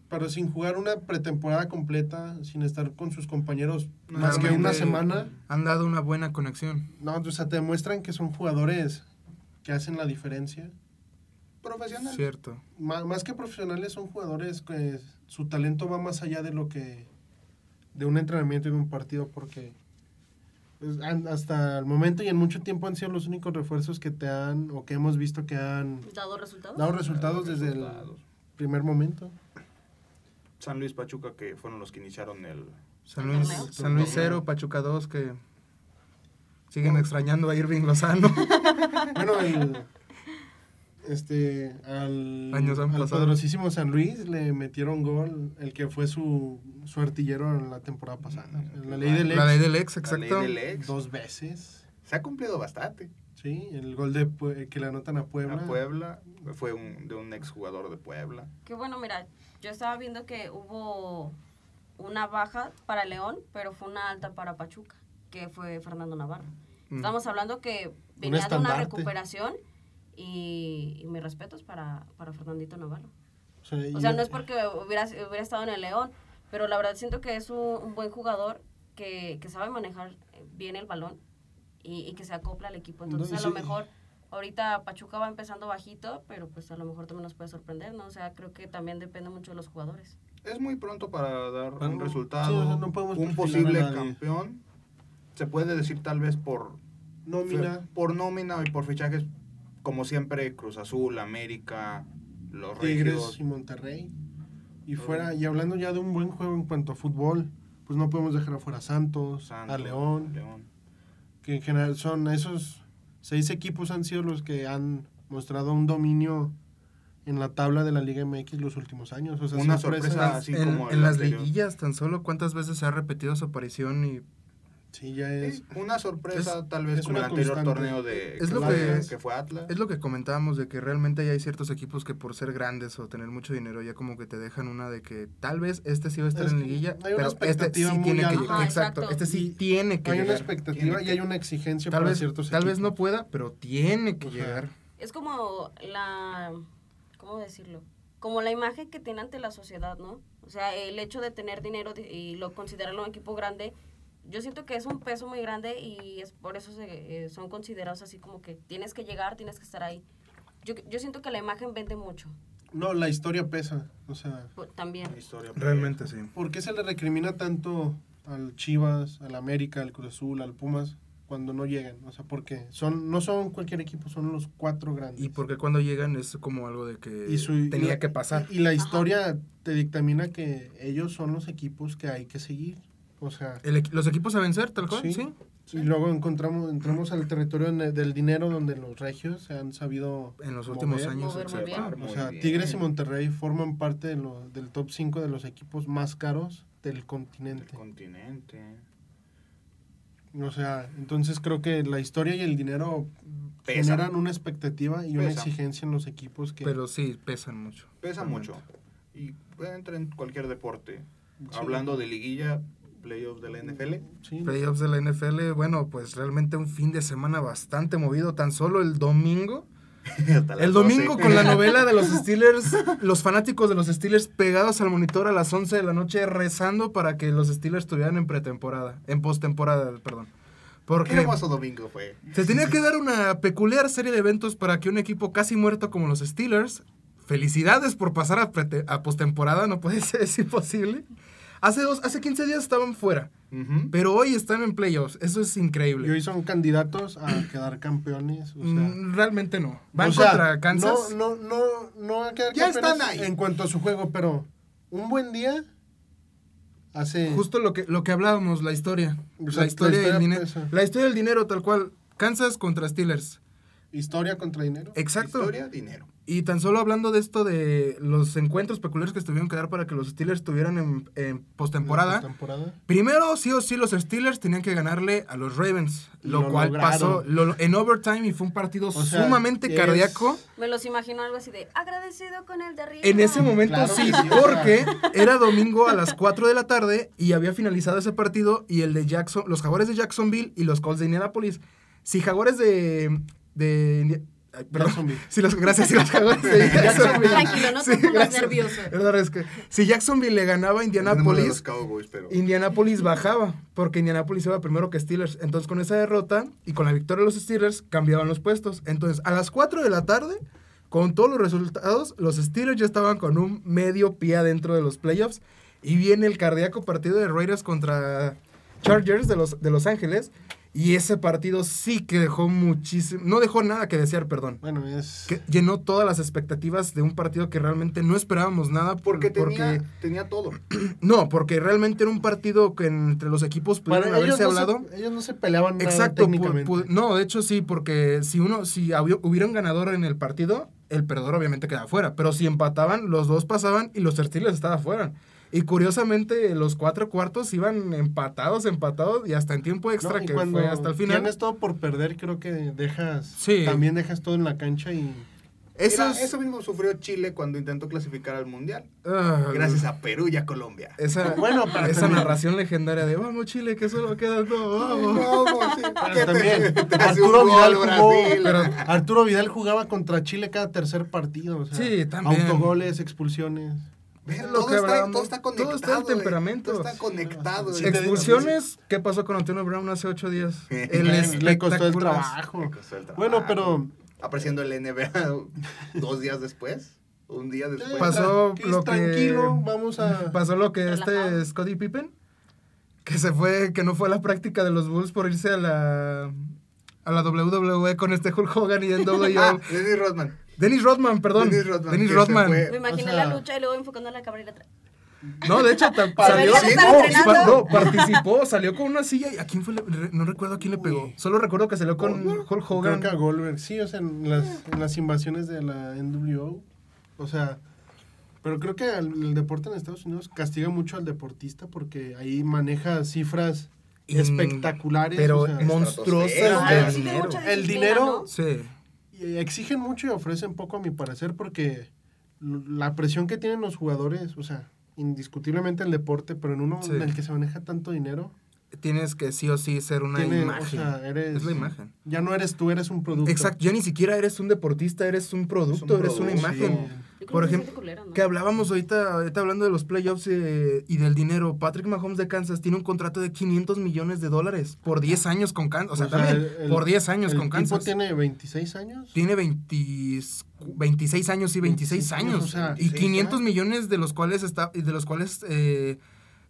D: pero sin jugar una pretemporada completa, sin estar con sus compañeros
A: No,
D: más que una
A: realmente-
D: semana.
A: Han dado una buena conexión.
D: No, o sea, te demuestran que son jugadores que hacen la diferencia.
B: Profesional.
A: Cierto.
D: Má- más que profesionales son jugadores que su talento va más allá de lo que de un entrenamiento y de un partido porque pues, han- hasta el momento y en mucho tiempo han sido los únicos refuerzos que te han o que hemos visto que han
C: ¿Dado resultados?
B: Ah,
D: dado resultados desde el
B: Resultados.
D: primer momento
B: San Luis Pachuca, que fueron los que iniciaron el...
A: San Luis,
C: torneo?
A: San Luis 0, Pachuca 2, que
D: Oh.
A: siguen extrañando a Irving Lozano.
D: Bueno, el, este, al,
A: Años han
D: al
A: pasado.
D: poderosísimo San Luis le metieron gol, el que fue su, su artillero en la temporada pasada.
B: Mm,
D: la ley del
A: La ley
D: ex,
A: del ex,
B: la ley
A: exacto.
B: del ex.
D: dos veces.
B: Se ha cumplido bastante.
D: Sí, el gol de Pue- eh, que le anotan a Puebla.
B: A Puebla, fue un- de un exjugador de Puebla.
C: Que bueno, mira, yo estaba viendo que hubo una baja para León, pero fue una alta para Pachuca, que fue Fernando Navarro.
A: Mm.
C: Estamos hablando que venía de una
D: estandarte.
C: recuperación y, y mis respetos para, para Fernandito Navarro.
D: O sea, y-
C: O sea, no es porque hubiera, hubiera estado en el León, pero la verdad siento que es un, un buen jugador que, que sabe manejar bien el balón y, y que se acopla al equipo.
D: No,
C: Entonces,
D: y
C: a lo
D: sí.
C: mejor ahorita Pachuca va empezando bajito, pero pues a lo mejor también nos puede sorprender, ¿no? O sea, creo que también depende mucho de los jugadores.
B: Es muy pronto para dar
D: Bueno,
B: un resultado.
D: sí, o sea, no podemos
B: un
D: perfilar
B: posible
D: a nadie.
B: campeón. Se puede decir tal vez por
D: nómina.
B: por nómina y por fichajes, como siempre, Cruz Azul, América, los
D: Tigres
B: Regios.
D: y Monterrey. Y fuera, y hablando ya de un buen juego en cuanto a fútbol, pues no podemos dejar afuera a Santos,
B: Santos,
D: a Ah, León, que en general son esos seis equipos han sido los que han mostrado un dominio en la tabla de la Liga MX los últimos años. O sea,
B: Una
D: sorpresas-
B: sorpresa, sí. Así
A: en
B: como el
A: en las
B: anterior.
A: liguillas tan solo cuántas veces se ha repetido su aparición y
D: Sí, ya es.
B: Sí, una sorpresa,
D: es-
B: tal vez,
D: es
B: como el
D: una
B: anterior
D: constante.
B: torneo de
A: Es lo
B: fue-
A: que-
B: fue Atlas.
A: es lo que comentábamos de que realmente ya hay ciertos equipos que por ser grandes o tener mucho dinero ya como que te dejan una de que tal vez este sí va a estar
D: Es
A: en
D: que
A: liguilla,
D: hay una
A: pero este sí
D: expectativa muy
A: tiene que
D: alta.
A: llegar.
C: Ajá,
A: exacto,
C: exacto.
A: este sí tiene que
D: Hay una
A: llegar.
D: expectativa y hay una exigencia
A: Tal
D: para
A: vez,
D: ciertos
A: tal vez no
D: equipos.
A: pueda, pero tiene que
D: Ajá.
A: llegar.
C: Es como la... ¿Cómo decirlo? Como la imagen que tiene ante la sociedad, ¿no? O sea, el hecho de tener dinero de- y lo considerarlo un equipo grande, yo siento que es un peso muy grande y es por eso se, eh, son considerados así como que tienes que llegar, tienes que estar ahí. Yo, yo siento que la imagen vende mucho
D: No, la historia pesa. O sea,
C: pues, también.
B: Historia.
A: Realmente sí.
D: ¿por qué se le recrimina tanto al Chivas, al América, al Cruz Azul, al Pumas cuando no llegan? O sea, porque son, no son cualquier equipo, son los cuatro grandes.
A: Y porque cuando llegan es como algo de que
D: Y su-
A: tenía
D: y-
A: que pasar.
D: Y la historia te dictamina que ellos son los equipos que hay que seguir. O sea,
A: El equi- los equipos a vencer, tal cual,
D: Sí.
A: sí.
D: y luego encontramos, entramos al territorio en- del dinero donde los regios se han sabido.
A: En los últimos
D: mover.
A: años,
C: Mover muy
A: exacto.
C: bien.
D: O
B: Muy
D: sea,
B: bien.
D: Tigres y Monterrey forman parte de lo- del top 5 de los equipos más caros del
B: del
D: continente.
B: continente.
D: O sea, entonces creo que la historia y el dinero
B: Pesa.
D: generan una expectativa y una
B: Pesa.
D: exigencia en los equipos que...
A: Pero sí, pesan mucho.
B: Pesa
A: Realmente.
B: mucho. Y entra en cualquier deporte.
D: Sí. Mm.
B: Hablando de liguilla, playoffs de la NFL.
D: Sí,
A: Playoffs de la NFL, bueno, pues realmente un fin de semana bastante movido. Tan solo el domingo.
B: Hasta las
A: El domingo
B: 12.
A: con la novela de los Steelers, los fanáticos de los Steelers pegados al monitor a las 11 de la noche rezando para que los Steelers estuvieran en pretemporada, en postemporada, perdón.
B: Qué
A: Porque
B: hermoso domingo fue.
A: se tenía que dar una peculiar serie de eventos para que un equipo casi muerto como los Steelers, felicidades por pasar a, prete- a postemporada, no puede ser, es imposible. Hace, dos, hace 15 días estaban fuera,
B: Ujú.
A: pero hoy están en playoffs, eso es
D: y hoy
A: increíble.
D: son candidatos a quedar campeones. O sea,
A: Mm, Realmente no. Van
D: O sea,
A: contra Kansas.
D: No, no, no, no va a quedar
B: Ya
D: campeones
B: están ahí.
D: En cuanto a su juego, pero un buen día hace.
A: Justo lo que, lo que hablábamos, la historia.
D: eh, O sea,
A: la, historia
D: la historia
A: del dinero,
D: pesa.
A: la historia del dinero, tal cual. Kansas contra Steelers.
D: Historia contra dinero.
A: Exacto.
B: Historia, dinero.
A: Y tan solo hablando de esto de los encuentros peculiares que estuvieron que dar para que los Steelers estuvieran en, en
D: La
A: postemporada.
D: Temporada.
A: Primero, sí o sí, los Steelers tenían que ganarle a los Ravens, lo,
D: Lo
A: cual
D: lograron.
A: pasó lo- en overtime y fue un partido
D: O sea,
A: sumamente
D: es-
A: cardíaco.
C: Me los imagino algo así de agradecido con el de arriba.
A: En ese momento
D: Claro que
A: sí,
D: sí, o
A: porque
D: sea.
A: era domingo a las 4 de la tarde y había finalizado ese partido y el de Jackson, los jaguares de Jacksonville y los Colts de Indianapolis. Si jaguares de... de Indi- ay, perdón.
D: Jacksonville.
A: Si los, gracias, si los jaguares de Jacksonville...
C: Tranquilo, no te pongas
A: gracias.
C: nervioso.
A: Perdón, es que si Jacksonville le ganaba a
B: Hablando de
A: Indianapolis,
B: los Cowboys, pero-
A: Indianapolis bajaba, porque Indianapolis iba primero que Steelers. Entonces, con esa derrota y con la victoria de los Steelers, cambiaban los puestos. Entonces, a las 4 de la tarde, con todos los resultados, los Steelers ya estaban con un medio pie adentro de los playoffs. Y viene el cardíaco partido de Raiders contra Chargers de Los, de los Ángeles. Y ese partido sí que dejó muchísimo, no dejó nada que desear, perdón.
D: Bueno, es...
A: Que llenó todas las expectativas de un partido que realmente no esperábamos nada. por-
B: Porque, tenía, tenía todo.
A: No, porque realmente era un partido que entre los equipos pudieron
D: Para ellos
A: haberse
D: no
A: hablado.
D: se- ellos no se peleaban nada
A: Exacto, pu-
D: técnicamente.
A: pu- no, de hecho sí, porque si uno, si había- hubiera un ganador en el partido, el perdedor obviamente quedaba fuera, pero si empataban, los dos pasaban y los Steelers estaban fuera. Y curiosamente, los cuatro cuartos iban empatados, empatados y hasta en tiempo
D: No,
A: extra
D: y
A: que
D: cuando
A: fue hasta el final.
D: Tienes todo por perder, creo que dejas.
A: Sí.
D: También dejas todo en la cancha y.
A: Eso
B: Mira,
A: es-
B: eso mismo sufrió Chile cuando intentó clasificar al Mundial.
A: Ah, Eh,
B: Gracias a Perú y a Colombia.
A: esa,
D: Bueno, pero
A: esa
D: también-
A: narración legendaria de vamos Chile, que solo quedan dos, vamos".
B: Vamos, sí.
D: Pero
B: ¿Qué te-
D: también,
B: te hace un
D: Arturo Vidal,
B: gol,
D: jugó,
B: Brasil?
D: pero Arturo Vidal jugaba contra Chile cada tercer partido. o sea,
A: Sí, también.
D: Autogoles, expulsiones.
B: Ver,
A: Lo
B: todo,
A: que
B: está,
A: hablamos.
B: todo está
A: Todo está en
B: conectado. eh.
A: temperamento.
B: Todo está conectado.
D: Sí,
B: eh.
D: te-
A: Expulsiones, ¿qué pasó con Antonio Brown hace ocho días? El
D: Le- Le costó el
A: espectacular-
D: trabajo.
B: Me costó el trabajo.
D: Bueno, pero
B: Apareciendo el NBA dos días después, un día después.
A: Pasó
D: Chris,
A: lo que-
D: tranquilo, vamos a.
A: Pasó lo que este
C: Relajado.
A: Scottie Pippen, que se fue, que no fue a la práctica de los Bulls por irse a la a la WWE con este Hulk Hogan y NWO.
B: Ah, Dennis Rodman.
A: Dennis Rodman, perdón.
B: Dennis Rodman,
A: Dennis
B: que se
A: Rodman.
B: fue.
C: Me imaginé
D: O sea-
C: la lucha y luego enfocando la cámara y la tra-
A: No, de hecho, ta-
C: Para
A: salió.
C: dejar de estar
A: no,
C: entrenando.
A: pa- no, participó, salió con una silla y a quién fue, le- re- no recuerdo a quién le pegó. Solo recuerdo que salió con Hulk
D: Creo
A: Hogan.
D: que a Goldberg. Sí, o sea, en las, en las invasiones de la NWO. O sea, pero creo que el, el deporte en Estados Unidos castiga mucho al deportista porque ahí maneja cifras
A: In-
D: espectaculares.
A: Pero
D: o sea,
A: monstruosas
B: estratosfera.
A: de
C: Ah, sí,
A: dinero.
C: mucha
D: El
C: disciplina,
D: dinero-
C: ¿no?
A: Sí.
D: y exigen mucho y ofrecen poco, a mi parecer, porque l- la presión que tienen los jugadores, o sea, indiscutiblemente el deporte, pero en uno
A: Sí.
D: en el que se maneja tanto dinero,
A: Tienes que sí o sí ser una
D: tiene-
A: imagen.
D: o sea, eres.
A: es la imagen.
D: Ya no eres tú, eres un producto.
A: Exacto, ya ni siquiera eres un deportista, eres un producto, eres una
B: producto.
D: Eh,
A: imagen.
C: Yo creo
A: Por
C: que se
A: ejemplo,
C: siente culero, ¿no?
A: Que hablábamos ahorita, ahorita hablando de los playoffs eh, y del dinero. Patrick Mahomes de Kansas tiene un contrato de 500 millones de dólares por 10 años con Kansas. O sea, también
D: el- el-
A: por 10 años
D: el
A: con
D: tipo
A: Kansas. Tiene,
D: tiene 26 años.
A: 20 26 años y 26
D: 26
A: años.
D: años, o sea,
A: y
B: 26
A: 500
B: años.
A: millones de los cuales, está, y de los cuales eh,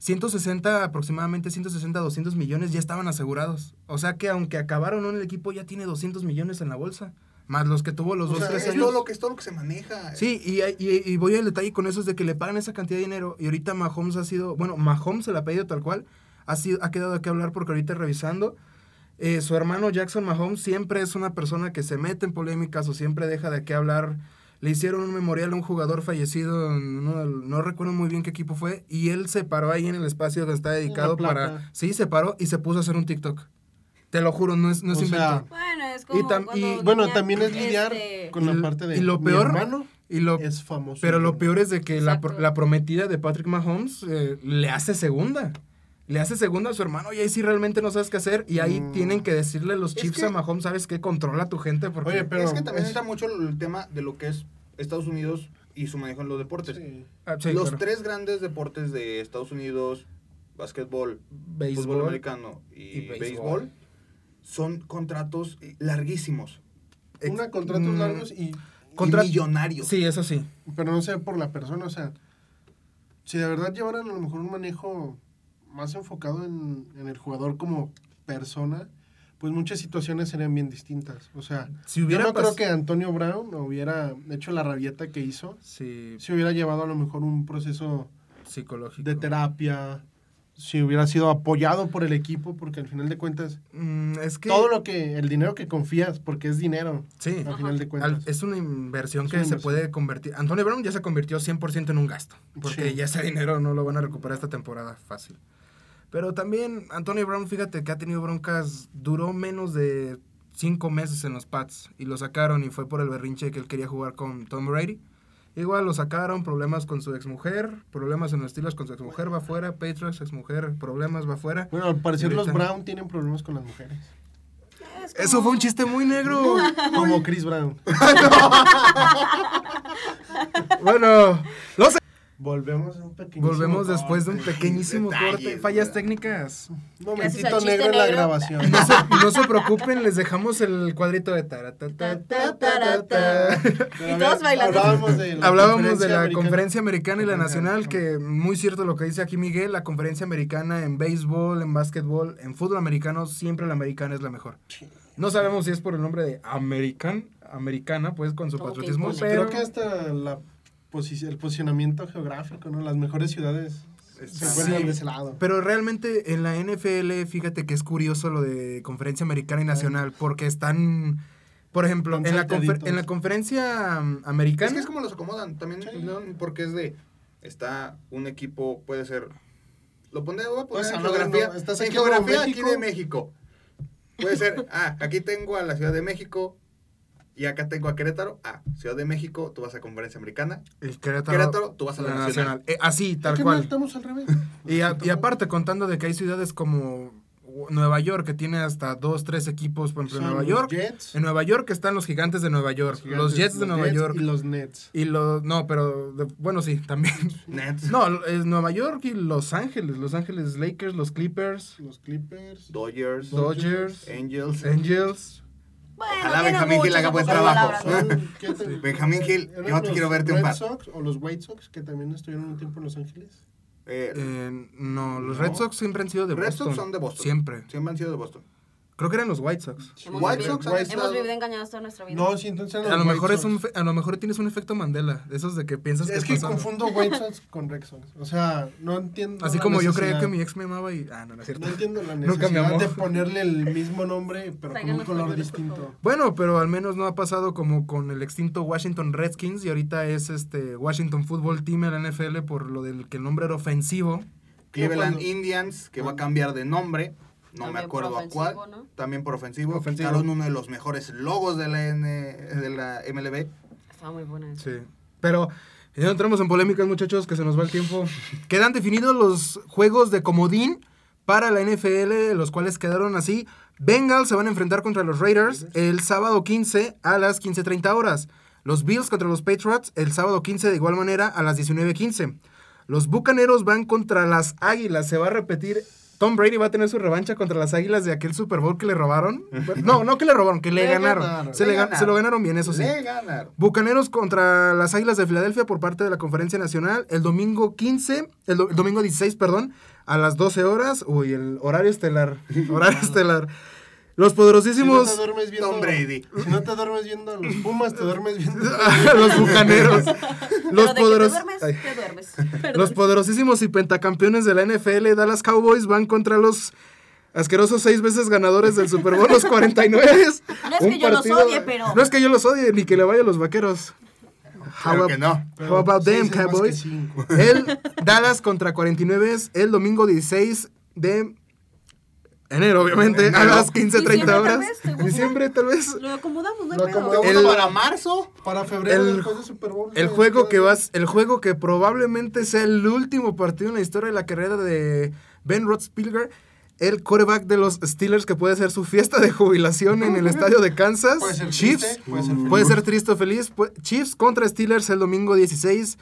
A: 160, aproximadamente 160, 200 millones ya estaban asegurados. O sea que aunque acabaron en el equipo, ya tiene 200 millones en la bolsa. Más los que tuvo los
B: O
A: dos,
B: sea,
A: tres
B: es,
A: años.
B: todo lo que, es todo lo que se maneja.
A: Sí, y, y- y voy al detalle con eso, es de que le pagan esa cantidad de dinero y ahorita Mahomes ha sido, bueno, Mahomes se la ha pedido tal cual, ha, sido, ha quedado de qué hablar porque ahorita revisando, eh, su hermano Jackson Mahomes siempre es una persona que se mete en polémicas o siempre deja de qué hablar. Le hicieron un memorial a un jugador fallecido, en uno del- no recuerdo muy bien qué equipo fue, y él se paró ahí en el espacio que está dedicado
D: placa.
A: para... Sí, se paró y se puso a hacer un TikTok. Te lo juro, no es, no es
D: O
A: invento.
D: sea,
C: Bueno, es como
A: Y tam-
C: cuando
A: y-
D: Bueno,
C: tenía,
D: también es lidiar
C: este,
D: con
A: y-
D: la parte de.
A: y lo
D: mi
A: peor-
D: hermano
A: y lo,
D: es famoso.
A: Pero lo peor es de que la, pro-
C: Exacto.
A: la prometida de Patrick Mahomes eh, le hace segunda. Le hace segunda a su hermano y ahí sí realmente no sabes qué hacer. Y ahí
D: Mm.
A: tienen que decirle los
B: Es
A: chips
B: que-
A: a Mahomes, ¿sabes qué? Controla a tu gente porque...
D: Oye, pero-
B: es que también
D: es-
B: entra mucho el tema de lo que es Estados Unidos y su manejo en los deportes.
D: Sí.
A: Ah, sí,
B: los
A: claro.
B: tres grandes deportes de Estados Unidos, básquetbol, fútbol
A: Béisbol.
B: americano y,
A: y béisbol.
B: béisbol, son contratos eh, larguísimos.
A: Ex-
D: Una, contratos
A: mm,
D: largos y.
A: Contra-
B: y millonarios.
A: Sí, eso sí.
D: Pero no sé por la persona, o sea. Si de verdad llevaran a lo mejor un manejo más enfocado en, en el jugador como persona, pues muchas situaciones serían bien distintas. O sea,
A: Si hubiera
D: yo no creo
A: pas-
D: que Antonio Brown hubiera hecho la rabieta que hizo,
A: Sí,
D: si hubiera llevado a lo mejor un proceso
A: psicológico.
D: de terapia, si hubiera sido apoyado por el equipo, porque al final de cuentas,
A: Mm, es que...
D: todo lo que, el dinero que confías, porque es dinero,
A: Sí.
D: al final de
A: Al-
D: cuentas.
A: es una inversión
D: Es
A: que
D: una
A: se
D: inversión.
A: puede convertir. Antonio Brown ya se convirtió 100% en un gasto, porque
D: Sí.
A: ya ese dinero no lo van a recuperar esta temporada fácil. Pero también Antonio Brown, fíjate que ha tenido broncas, duró menos de cinco meses en los Pats y lo sacaron y fue por el berrinche que él quería jugar con Tom Brady. Igual lo sacaron, problemas con su exmujer, problemas en los estilos con su exmujer, va fuera, Patriots, exmujer, problemas, va fuera.
D: Bueno, al parecer
A: Y
D: los
A: ahorita-
D: Brown tienen problemas con las mujeres.
C: es como-
A: Eso fue un chiste muy negro.
D: Como Chris Brown.
A: bueno, los
D: Volvemos a un pequeño.
A: Volvemos después de un pequeñísimo corte.
B: detalles,
A: Fallas
B: ¿verdad?
A: técnicas.
D: Un
C: Gracias al
D: momentito
C: chiste
D: negro en la
C: negro.
D: grabación.
A: No se, no se preocupen, les dejamos el cuadrito de taratatatatata.
D: Pero
C: Y todos bailando.
D: Hablábamos de la
A: Hablábamos de la
D: americana.
A: conferencia americana y la nacional,
D: Ajá.
A: que muy cierto lo que dice aquí Miguel, la conferencia americana en béisbol, en básquetbol, en fútbol americano, siempre la americana es la mejor. No sabemos si es por el nombre de American, americana, pues con su
C: Todo que
A: patriotismo,
C: impone.
A: pero
D: Creo que hasta la posici- el posicionamiento geográfico, ¿no? Las mejores ciudades se
A: Sí.
D: encuentran de ese lado.
A: Pero realmente en la NFL, fíjate que es curioso lo de conferencia americana y nacional, porque están, por ejemplo,
D: Están
A: en la, confer-
D: salteaditos.
A: en la conferencia mm,
B: Es
A: americana,
B: que es como los acomodan también,
D: Sí.
B: ¿no? porque es de, está un equipo, puede ser, lo pone, voy a
A: Pues
B: poner
D: Puedes
B: en
D: hablar,
B: geografía,
D: ¿no? Estás
B: en
D: aquí como
B: geografía
D: México.
B: aquí de México. Puede ser, ah, aquí tengo a la Ciudad de México y acá tengo a Querétaro, ah, Ciudad de México, tú vas a conferencia americana,
A: el Querétaro,
B: Querétaro, tú vas a la,
A: la
B: nacional.
A: nacional. Eh, así,
D: ¿Por
A: tal
D: qué no
A: cual.
D: estamos al revés?
A: Y, a- y aparte, contando de que hay ciudades como Nueva York, que tiene hasta dos, tres equipos, por ejemplo, en
D: Son
A: Nueva York.
D: los Jets,
A: En Nueva York están los gigantes de Nueva York,
D: gigantes,
A: los Jets de Nueva York.
D: Y los Nets.
A: Y los, no, pero, de- bueno, sí, también.
B: Nets,
A: No, es Nueva York y Los Ángeles. Los Ángeles Lakers, los Clippers,
D: Los Clippers.
B: Dodgers,
A: Dodgers,
B: Angels,
A: Angels.
C: Bueno,
B: Ojalá
C: tiene
B: Benjamín Gil
C: muchas
B: haga buen
C: otras
B: trabajo.
C: palabras, ¿no?
D: Son- ¿qué te-
B: Benjamín Gil,
A: Eh,
D: eran
B: yo te
D: los
B: quiero verte un
D: Red
B: par.
D: Sox o los White Sox, que también estuvieron un tiempo en Los Ángeles.
B: eh,
A: Eh, no, los
B: No.
A: Red Sox siempre han sido de
B: Red
A: Boston.
B: Sox son de Boston.
A: Siempre.
B: Siempre han sido de Boston.
A: Creo que eran los White Sox. ah,
C: Hemos
B: White
C: vivido-
B: Sox han
C: Hemos
B: estado-
C: vivido engañados toda nuestra vida.
D: No, sí, entonces eran
A: A lo
D: los
A: mejor
D: White
A: es un,
D: Sox.
A: fe- a lo mejor tienes un efecto Mandela, de esos de que piensas
D: Es
A: que,
D: que
A: pasaron.
D: confundo White Sox con Red Sox. O sea, no entiendo.
A: Así
D: la
A: como yo creía que
D: necesidad.
A: mi ex me amaba y ah, no, no es cierto.
D: No entiendo la
A: Nunca me
D: necesidad
A: amó.
D: de ponerle el mismo nombre, pero con
C: Traigan
D: un
C: los
D: color
C: colores, por
D: distinto.
C: favor.
A: Bueno, pero al menos no ha pasado como con el extinto Washington Redskins y ahorita es este Washington Football Team en la NFL por lo del que el nombre era ofensivo.
B: Cleveland
D: cuando-
B: Indians, que
A: Ah.
B: va a cambiar de nombre. No me
C: También por
B: acuerdo a cuál.
C: ofensivo, ¿no?
B: También por ofensivo.
A: Ofensivo.
B: Quitaron uno de los mejores logos de la, N, de la MLB.
C: Estaba muy buena esa.
A: Sí. Pero ya no entramos en polémicas, muchachos, que se nos va el tiempo. Quedan definidos los juegos de comodín para la NFL, los cuales quedaron así. Bengals se van a enfrentar contra los Raiders el sábado 15 a las 15.30 horas. Los Bills contra los Patriots el sábado 15 de igual manera a las 19.15. Los Bucaneros van contra las Águilas. Se va a repetir. Tom Brady va a tener su revancha contra las Águilas de aquel Super Bowl que le robaron. No, no que le robaron, que le,
D: Le
A: ganaron.
D: ganaron,
A: se,
B: le
A: le gan-
B: ganaron.
A: se lo ganaron bien, eso sí.
B: Le ganaron.
A: Bucaneros contra las Águilas de Filadelfia por parte de la Conferencia Nacional el domingo 15, el, do- el domingo 16, perdón, a las 12 horas. Uy, el horario estelar, horario estelar. Los
D: Si no
A: poderosísimos,
D: te duermes viendo.
B: Tom Brady.
D: Si no te duermes viendo a los Pumas, te duermes viendo.
A: los Bucaneros,
C: Pero
A: los
C: de que te
A: poderos,
C: duermes,
A: ay,
C: te duermes.
A: los
C: Perdón.
A: poderosísimos y pentacampeones de la NFL, Dallas Cowboys van contra los asquerosos seis veces ganadores del Super Bowl, los 49.
C: No es que yo los odie, pero-
A: No es que yo los odie, ni que le vaya a los Vaqueros.
B: Claro
A: ab-
B: que no.
A: How about them,
D: seis es más que
A: Cowboys?
D: cinco.
A: El Dallas contra 49 es el domingo 16 de enero, obviamente, a
B: Enero.
A: las 15.30
C: Diciembre, tal
A: horas.
C: vez, ¿te gusta?
A: Diciembre, tal vez.
C: Lo acomodamos, no hay
D: Lo
C: pedo.
D: acomodamos.
A: El-
B: para marzo.
D: Para febrero,
A: el-
D: después de Super Bowl.
A: El
D: se
A: juego que
D: queda-
A: vas, el juego que probablemente sea el último partido en la historia de la carrera de Ben Roethlisberger, el quarterback de los Steelers que puede ser su fiesta de jubilación en el estadio de Kansas.
D: Puede ser
A: Chiefs.
D: triste, puede ser feliz.
A: Puede ser triste o feliz. Pu- Chiefs contra Steelers el domingo 16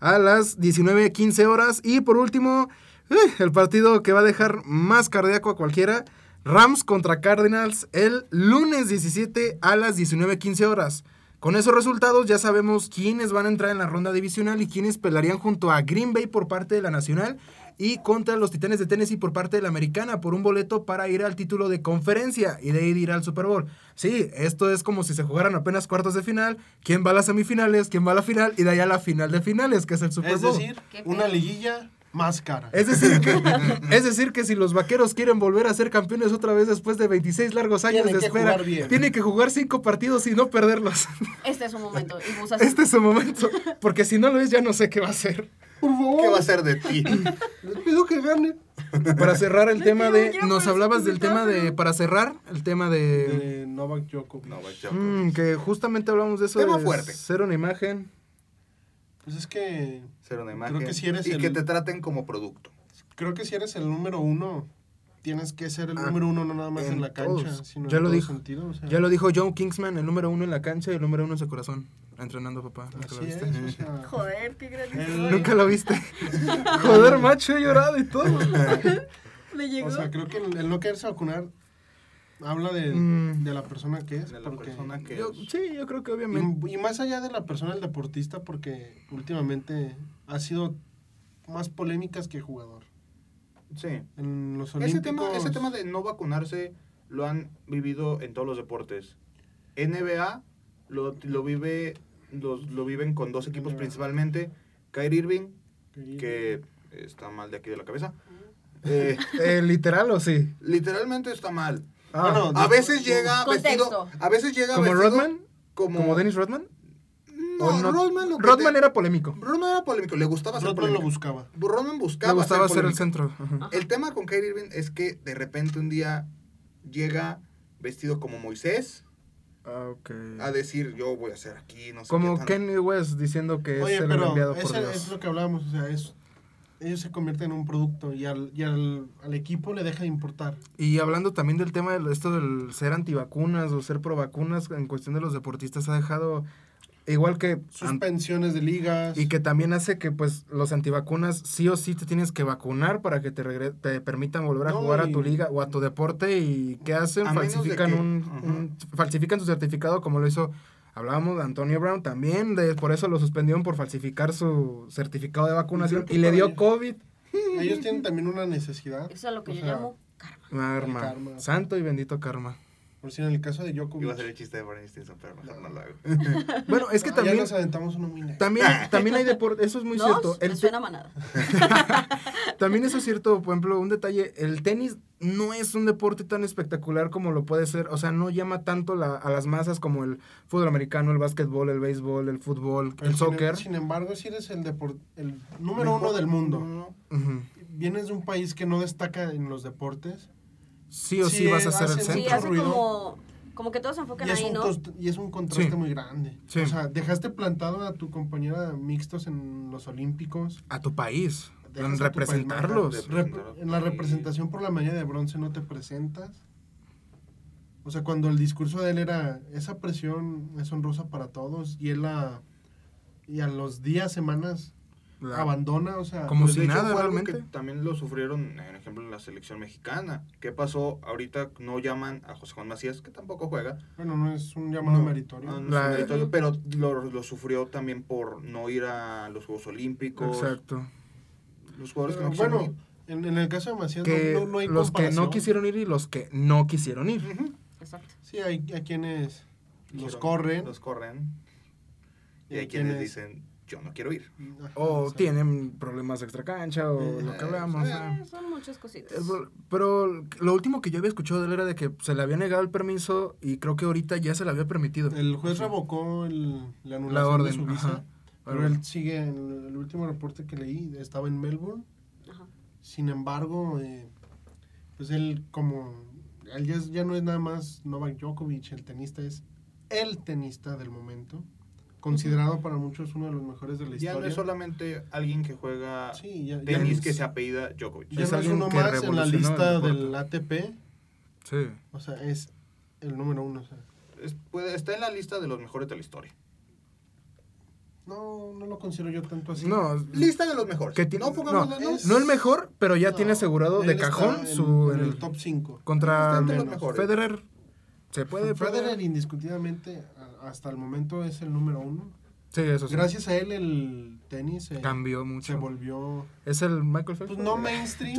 A: a las 19.15 horas. Y por último, eh, el partido que va a dejar más cardíaco a cualquiera. Rams contra Cardinals el lunes 17 a las 19.15 horas. Con esos resultados ya sabemos quiénes van a entrar en la ronda divisional y quiénes pelearían junto a Green Bay por parte de la Nacional y contra los Titanes de Tennessee por parte de la Americana por un boleto para ir al título de conferencia y de ahí ir al Super Bowl. Sí, esto es como si se jugaran apenas cuartos de final, quién va a las semifinales, quién va a la final y de ahí a la final de finales, que es el Super
D: Es
A: Bowl.
D: decir,
C: Qué feo.
D: una liguilla más cara.
A: Es decir, que, es decir, que si los vaqueros quieren volver a ser campeones otra vez después de 26 largos años
D: Tienen
A: de
D: que
A: espera,
D: jugar bien.
A: tienen que jugar cinco partidos y no perderlos.
C: Este es un momento. Y Busa-
A: Este es su momento, porque si no lo es ya no sé qué va a hacer.
D: Por
B: ¿Qué va a
D: favor,
B: ser de ti?
D: les pido que ganen.
A: Para cerrar el tema
C: quiero,
A: de
C: ya,
A: nos
C: pues,
A: hablabas
C: me
A: del tema de para cerrar el tema de
D: De Novak Djokovic.
B: No, güey, choco.
A: mm, que justamente hablamos de eso
B: Tema
A: de
B: fuerte.
A: ser una imagen.
D: Pues es que
B: Ser una
D: Creo
B: imagen.
D: que sí eres
B: y
D: el-
B: que te traten como producto.
D: creo que si eres el número uno tienes que ser el
A: Ah,
D: número uno, no nada más en,
A: en
D: la cancha,
A: todos.
D: sino
A: Ya
D: en
A: lo
D: todo
A: dijo.
D: sentido. o sea,
A: Ya lo dijo John Kingsman, el número uno en la cancha y el número uno en su corazón. Entrenando, papá. Nunca lo
D: Así es,
A: viste.
D: o sea,
C: Joder, qué gran
D: El-
C: historia.
A: Nunca lo viste. Joder, macho, he llorado y todo.
C: Me llegó.
D: o sea, creo que el, el no quererse vacunar habla de,
A: Mm.
D: de la persona que es.
B: De la
D: porque-
B: persona que
A: Yo-
B: es.
A: sí, yo creo que
B: Mm,
A: obviamente.
D: Y, y más allá de la persona, el deportista, porque últimamente ha sido más polémicas que jugador.
B: Sí.
D: En los
B: Ese
D: Olímpicos,
B: tema, ese tema de no vacunarse lo han vivido en todos los deportes. NBA lo, lo vive los, lo viven con dos equipos
D: NBA.
B: principalmente. Kyrie Irving,
D: que-
B: que está mal de aquí de la cabeza. Eh,
A: Eh, ¿Literal o sí?
B: literalmente está mal.
A: Ah,
D: Bueno,
B: A veces llega
C: Contexto.
B: vestido. A veces llega
A: ¿Como
B: vestido
A: Rodman?
B: Como,
A: ¿Como Dennis Rodman?
B: No,
A: ¿O no?
B: Rodman, lo que
A: Rodman
B: te-
A: era polémico.
B: Rodman era polémico. Le gustaba ser
D: Rodman lo
B: polémico.
D: buscaba.
B: Rodman
A: Le
B: buscaba.
A: gustaba ser el
B: polémico.
A: centro. Ajá.
B: El tema con Kyrie Irving es que de repente un día llega vestido como Moisés
A: Ah, ok.
B: a decir yo voy a ser aquí, no sé qué
A: Como
B: tan-
A: Kenny West diciendo que
D: pues, Oye,
A: es el
D: pero
A: enviado por
D: ese
A: Dios.
D: es lo que hablábamos, o sea, es, ellos se convierten en un producto y al, y al, al equipo le deja de importar.
A: Y hablando también del tema de lo- esto del ser antivacunas o ser provacunas en cuestión de los deportistas ha dejado igual que an-
D: Suspensiones de ligas.
A: y que también hace que pues los antivacunas sí o sí te tienes que vacunar para que te, regre- te permitan volver a
D: No,
A: jugar a tu
D: y-
A: liga o a tu deporte y qué hacen
B: A menos de
A: falsifican
B: que-
A: un,
B: Ajá.
A: un- falsifican su certificado como lo hizo hablábamos de Antonio Brown también de- por eso lo suspendieron por falsificar su certificado de vacunación
D: creo que
A: y le
D: para
A: dio
D: ellos-
A: COVID
D: Ellos tienen también una necesidad.
C: Eso es lo que
D: o
C: yo
D: sea,
C: llamo karma.
A: Karma.
D: karma.
A: santo y bendito karma
D: Por si en el caso de Djokovic.
B: Iba a ser el chiste de Barney Stinson, pero mejor no lo hago.
A: bueno es que
D: Ah,
A: también
D: Ya nos aventamos uno muy negro.
A: También, también hay deporte, eso es muy
C: no,
A: cierto.
C: me
A: El
C: suena manada.
A: te- también eso es cierto, por ejemplo, un detalle, el tenis no es un deporte tan espectacular como lo puede ser, o sea, no llama tanto la- a las masas como el fútbol americano, el básquetbol, el béisbol, el fútbol,
D: Pero
A: el
D: sin- em-
A: soccer.
D: Sin embargo, si eres el, depor- el número
B: Mejor
D: uno del mundo,
B: uno.
A: Ujú.
D: vienes de un país que no destaca en los deportes
A: Sí o sí,
D: Sí,
A: vas a ser
D: hace
A: el
D: mucho
C: Sí,
A: centro.
C: hace
D: ruido.
C: como, como que todos se enfocan
D: y es,
C: ahí,
D: un
C: ¿no?
D: cost- y es un contraste
A: Sí.
D: muy grande.
A: Sí.
D: O sea, dejaste plantado a tu compañera mixtos en los Olímpicos.
A: A tu país,
D: Dejas
A: en
D: a tu
A: representarlos.
B: país, ¿no?
D: Rep- en la representación por la medalla de bronce no te presentas. O sea, cuando el discurso de él era esa presión es honrosa para todos y él la y a los días, semanas
A: La-
D: abandona, o sea,
A: Como
B: Pues,
A: si
B: de hecho,
A: nada
B: fue algo
A: realmente.
B: que también lo sufrieron, en ejemplo, en la selección mexicana. ¿Qué pasó? Ahorita no llaman a José Juan Macías, que tampoco juega.
D: bueno, no es un llamado
B: No, Ah,
D: meritorio.
B: no, no es un
A: La-
B: meritorio, pero lo, lo sufrió también por no ir a los Juegos Olímpicos.
A: Exacto.
B: Los jugadores que
D: Pero
B: no quisieron
D: bueno, en, en el caso de Macías
A: Que
D: no, no- no hay
A: los que no
D: comparación.
A: quisieron ir y los que no quisieron ir.
B: ir. Ujú.
C: Exacto.
D: Sí, hay a quienes los
B: Dijeron,
D: corren.
B: Los corren. Y
D: y
B: hay
D: a
B: quienes dicen, yo no quiero ir.
D: Ajá,
A: O
D: exacto.
A: tienen problemas de extra cancha o
D: Eh,
A: lo que hablamos. ¿no?
C: Eh, son muchas cositas.
A: Eh, bol- Pero lo último que yo había escuchado de él era de que se le había negado el permiso y creo que ahorita ya se le había permitido.
D: El juez revocó el- la anulación
A: La orden,
D: de su visa.
A: ajá.
D: Pero él sigue, en el, el último reporte que leí, estaba en Melbourne.
C: Ajá.
D: Sin embargo, eh, pues él como... Él ya, es- ya no es nada más Novak Djokovic, el tenista es el tenista del momento. Considerado para muchos uno de los mejores de la
B: Ya
D: historia.
B: no es solamente alguien que juega
D: Sí, ya- ya no
B: tenis
D: es-
B: que se apellida Djokovic.
D: ya
A: Es
D: no es
A: alguien
D: uno
A: que
D: más en la
A: revolucionó
D: lista
A: el deporte.
D: del ATP.
A: Sí.
D: O sea, es el número uno. o sea.
B: Es- puede- está en la lista de los mejores de la historia.
D: no, no lo considero yo tanto así.
A: No,
B: Lista de los mejores.
A: que ti-
B: no pongamos
A: no,
B: no,
D: es-
A: no el mejor, pero ya
D: No,
A: tiene asegurado
D: él
A: de
D: está
A: cajón
D: en-
A: su
D: en
A: en
D: el top 5.
A: contra
B: Está entre los
A: menos.
B: mejores.
A: Federer. Se puede
D: Federer indiscutiblemente a- hasta el momento es el número uno.
A: Sí, eso sí.
D: Gracias a él el tenis se,
A: Cambió
D: se
A: mucho.
D: volvió
A: Es el Michael Phelps.
D: pues no mainstream,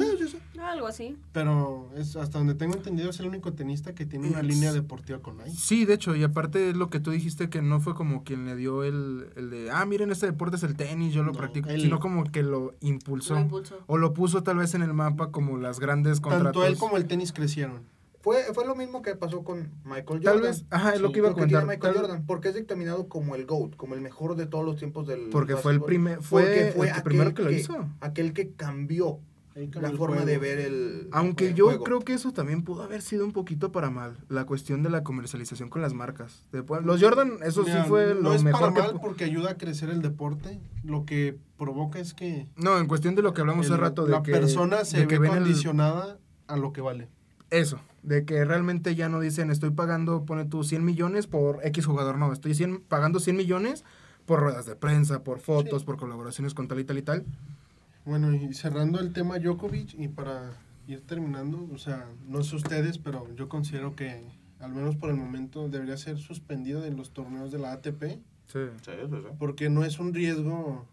C: Algo así.
D: pero es hasta donde tengo entendido es el único tenista que tiene una
A: Es-
D: línea deportiva con Nike.
A: Sí, de hecho, y aparte es lo que tú dijiste que no fue como quien le dio el, el de, ah, miren, este deporte es el tenis, yo lo
D: No,
A: practico,
D: él-
A: sino como que lo impulsó.
C: Lo impulsó.
A: O lo puso tal vez en el mapa como las grandes contratos.
D: Tanto él como el tenis crecieron.
B: Fue, fue lo mismo que pasó con Michael Jordan.
A: Tal vez, ajá, es lo
D: Sí,
A: que iba a
B: Lo que tiene
A: comentar.
B: Michael
A: tal-
B: Jordan, porque es dictaminado como el GOAT, como el mejor de todos los tiempos del
A: Porque fue el
B: básquetbol.
A: primer- fue
B: Porque
A: el que primero que lo hizo.
B: Aquel que cambió
D: Ahí cambió
B: la
D: el
B: forma
D: juego.
B: de ver el
A: Aunque
B: el
A: yo
B: juego.
A: creo que eso también pudo haber sido un poquito para mal, la cuestión de la comercialización con las marcas. De pu- los Jordan, eso
D: Mira,
A: sí fue
D: no
A: lo
D: es
A: mejor que
D: para mal
A: pu-
D: porque ayuda a crecer el deporte. Lo que provoca es que
A: No, en cuestión de lo que hablamos
D: el-
A: hace rato de
D: la
A: que
D: persona se
A: de
D: ve
A: que ven el-
D: condicionada a lo que vale.
A: Eso, de que realmente ya no dicen estoy pagando, pone tú 100 millones por X jugador, no, estoy 100 pagando 100 millones por ruedas de prensa, por fotos, por colaboraciones con tal y tal y tal.
D: Bueno, y cerrando el tema Djokovic y para ir terminando, o sea, no sé ustedes, pero yo considero que al menos por el momento debería ser suspendido de los torneos de la ATP
A: Sí.
B: Sí, sí, sí.
D: porque no es un riesgo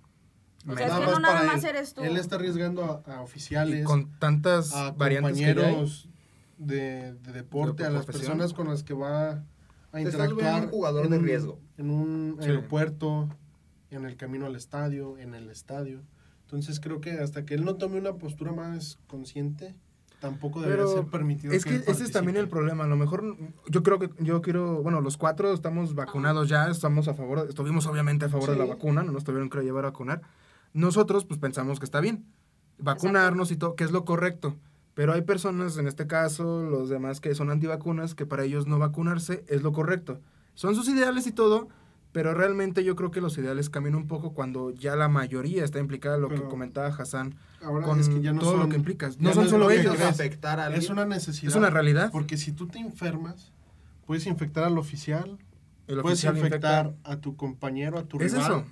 C: O sea, es
A: Nada
C: que no
A: más
C: nada
D: para
C: más
D: él.
C: eres tú.
D: Él está arriesgando a, a
A: Y
D: oficiales,
A: con tantas
D: a
A: variantes que ya hay.
D: compañeros de, de deporte,
A: De
D: a las
A: profesión.
D: personas con las que va a
B: Te estás volviendo
D: interactuar.
B: un jugador
D: en
B: de
D: un-
B: riesgo.
D: En un
A: Sí.
D: aeropuerto, en el camino al estadio, en el estadio. Entonces creo que hasta que él no tome una postura más consciente, tampoco debería
A: Pero
D: ser permitido.
A: Es que
D: él
A: ese es también el
D: participe.
A: problema. A lo mejor yo creo que yo quiero, bueno, los cuatro estamos vacunados ya, estamos a favor, estuvimos obviamente a favor de la
D: Sí.
A: vacuna, no nos tuvieron que llevar a vacunar. Nosotros pues pensamos que está bien vacunarnos y todo, que es lo correcto. Pero hay personas, en este caso, los demás que son antivacunas, que para ellos no vacunarse es lo correcto. Son sus ideales y todo, pero realmente yo creo que los ideales cambian un poco cuando ya la mayoría está implicada, lo que
D: Pero-
A: comentaba Hassan,
D: Ahora
A: con
D: es que ya no
A: todo lo
D: son-
A: que implicas.
D: ya
A: No son
D: es
A: solo
D: lo que
A: ellos,
D: crees.
B: afectar a alguien.
D: Es una necesidad.
A: es una realidad.
D: Porque si tú te enfermas, puedes infectar al oficial,
A: El
D: puedes
A: oficial
D: infectar
A: infecta.
D: a tu compañero, a tu
A: ¿Es
D: rival.
A: eso?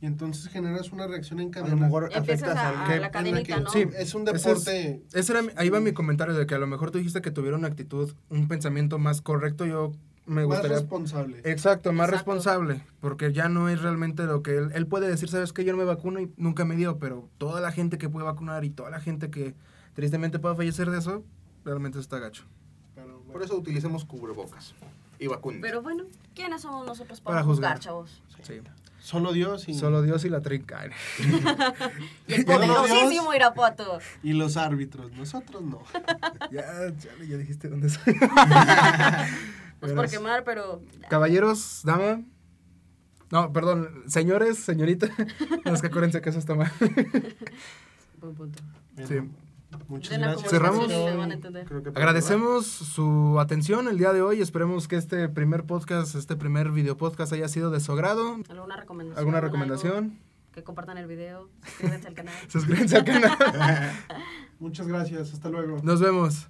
D: Y entonces generas una reacción en
B: A
D: cadena.
B: lo mejor
C: Empiezas
B: afectas
C: a-
B: al-
C: a
D: que-
C: la
D: en
C: cadenita,
D: que-
C: ¿no?
D: Sí, es un
A: Ese es-
D: deporte.
A: Ese era mi- ahí va mi comentario de que a lo mejor tú dijiste que tuviera una actitud, un pensamiento más correcto. Yo me
D: más
A: gustaría. Eh,
D: responsable.
A: Exacto, más
C: Exacto.
A: responsable. Porque ya no es realmente lo que él. Él puede decir, sabes que yo no me vacuno y nunca me dio, pero toda la gente que puede vacunar y toda la gente que tristemente pueda fallecer de eso, realmente está gacho.
D: Pero, bueno,
B: Por eso utilicemos cubrebocas y vacunas.
C: Pero bueno, ¿quiénes somos nosotros para,
A: Para
C: juzgar,
A: juzgar.
C: chavos?
A: Sí.
D: Solo Dios y,
A: Solo Dios y la trinca.
C: Y el
D: Ya no lo
C: poderosísimo Irapuato.
D: y los árbitros. Nosotros no.
A: ya, chale, ya dijiste dónde soy.
C: Pues por quemar, pero
A: Caballeros, dama. No, perdón, señores, señorita. No, es que acuérdense que eso está mal.
C: Buen punto.
D: Bueno,
A: Sí.
D: Muchas
C: De la
D: gracias.
A: Cerramos.
C: conversación les van a entender.
D: Creo que-
A: Agradecemos su atención el día de hoy. Esperemos que este primer podcast, este primer video podcast haya sido de su agrado.
C: ¿Alguna recomendación?
A: ¿Alguna
C: algo?
A: recomendación?
C: que compartan el video, suscríbanse al canal.
A: Suscríbanse al canal.
D: Muchas gracias. Hasta luego.
A: Nos vemos.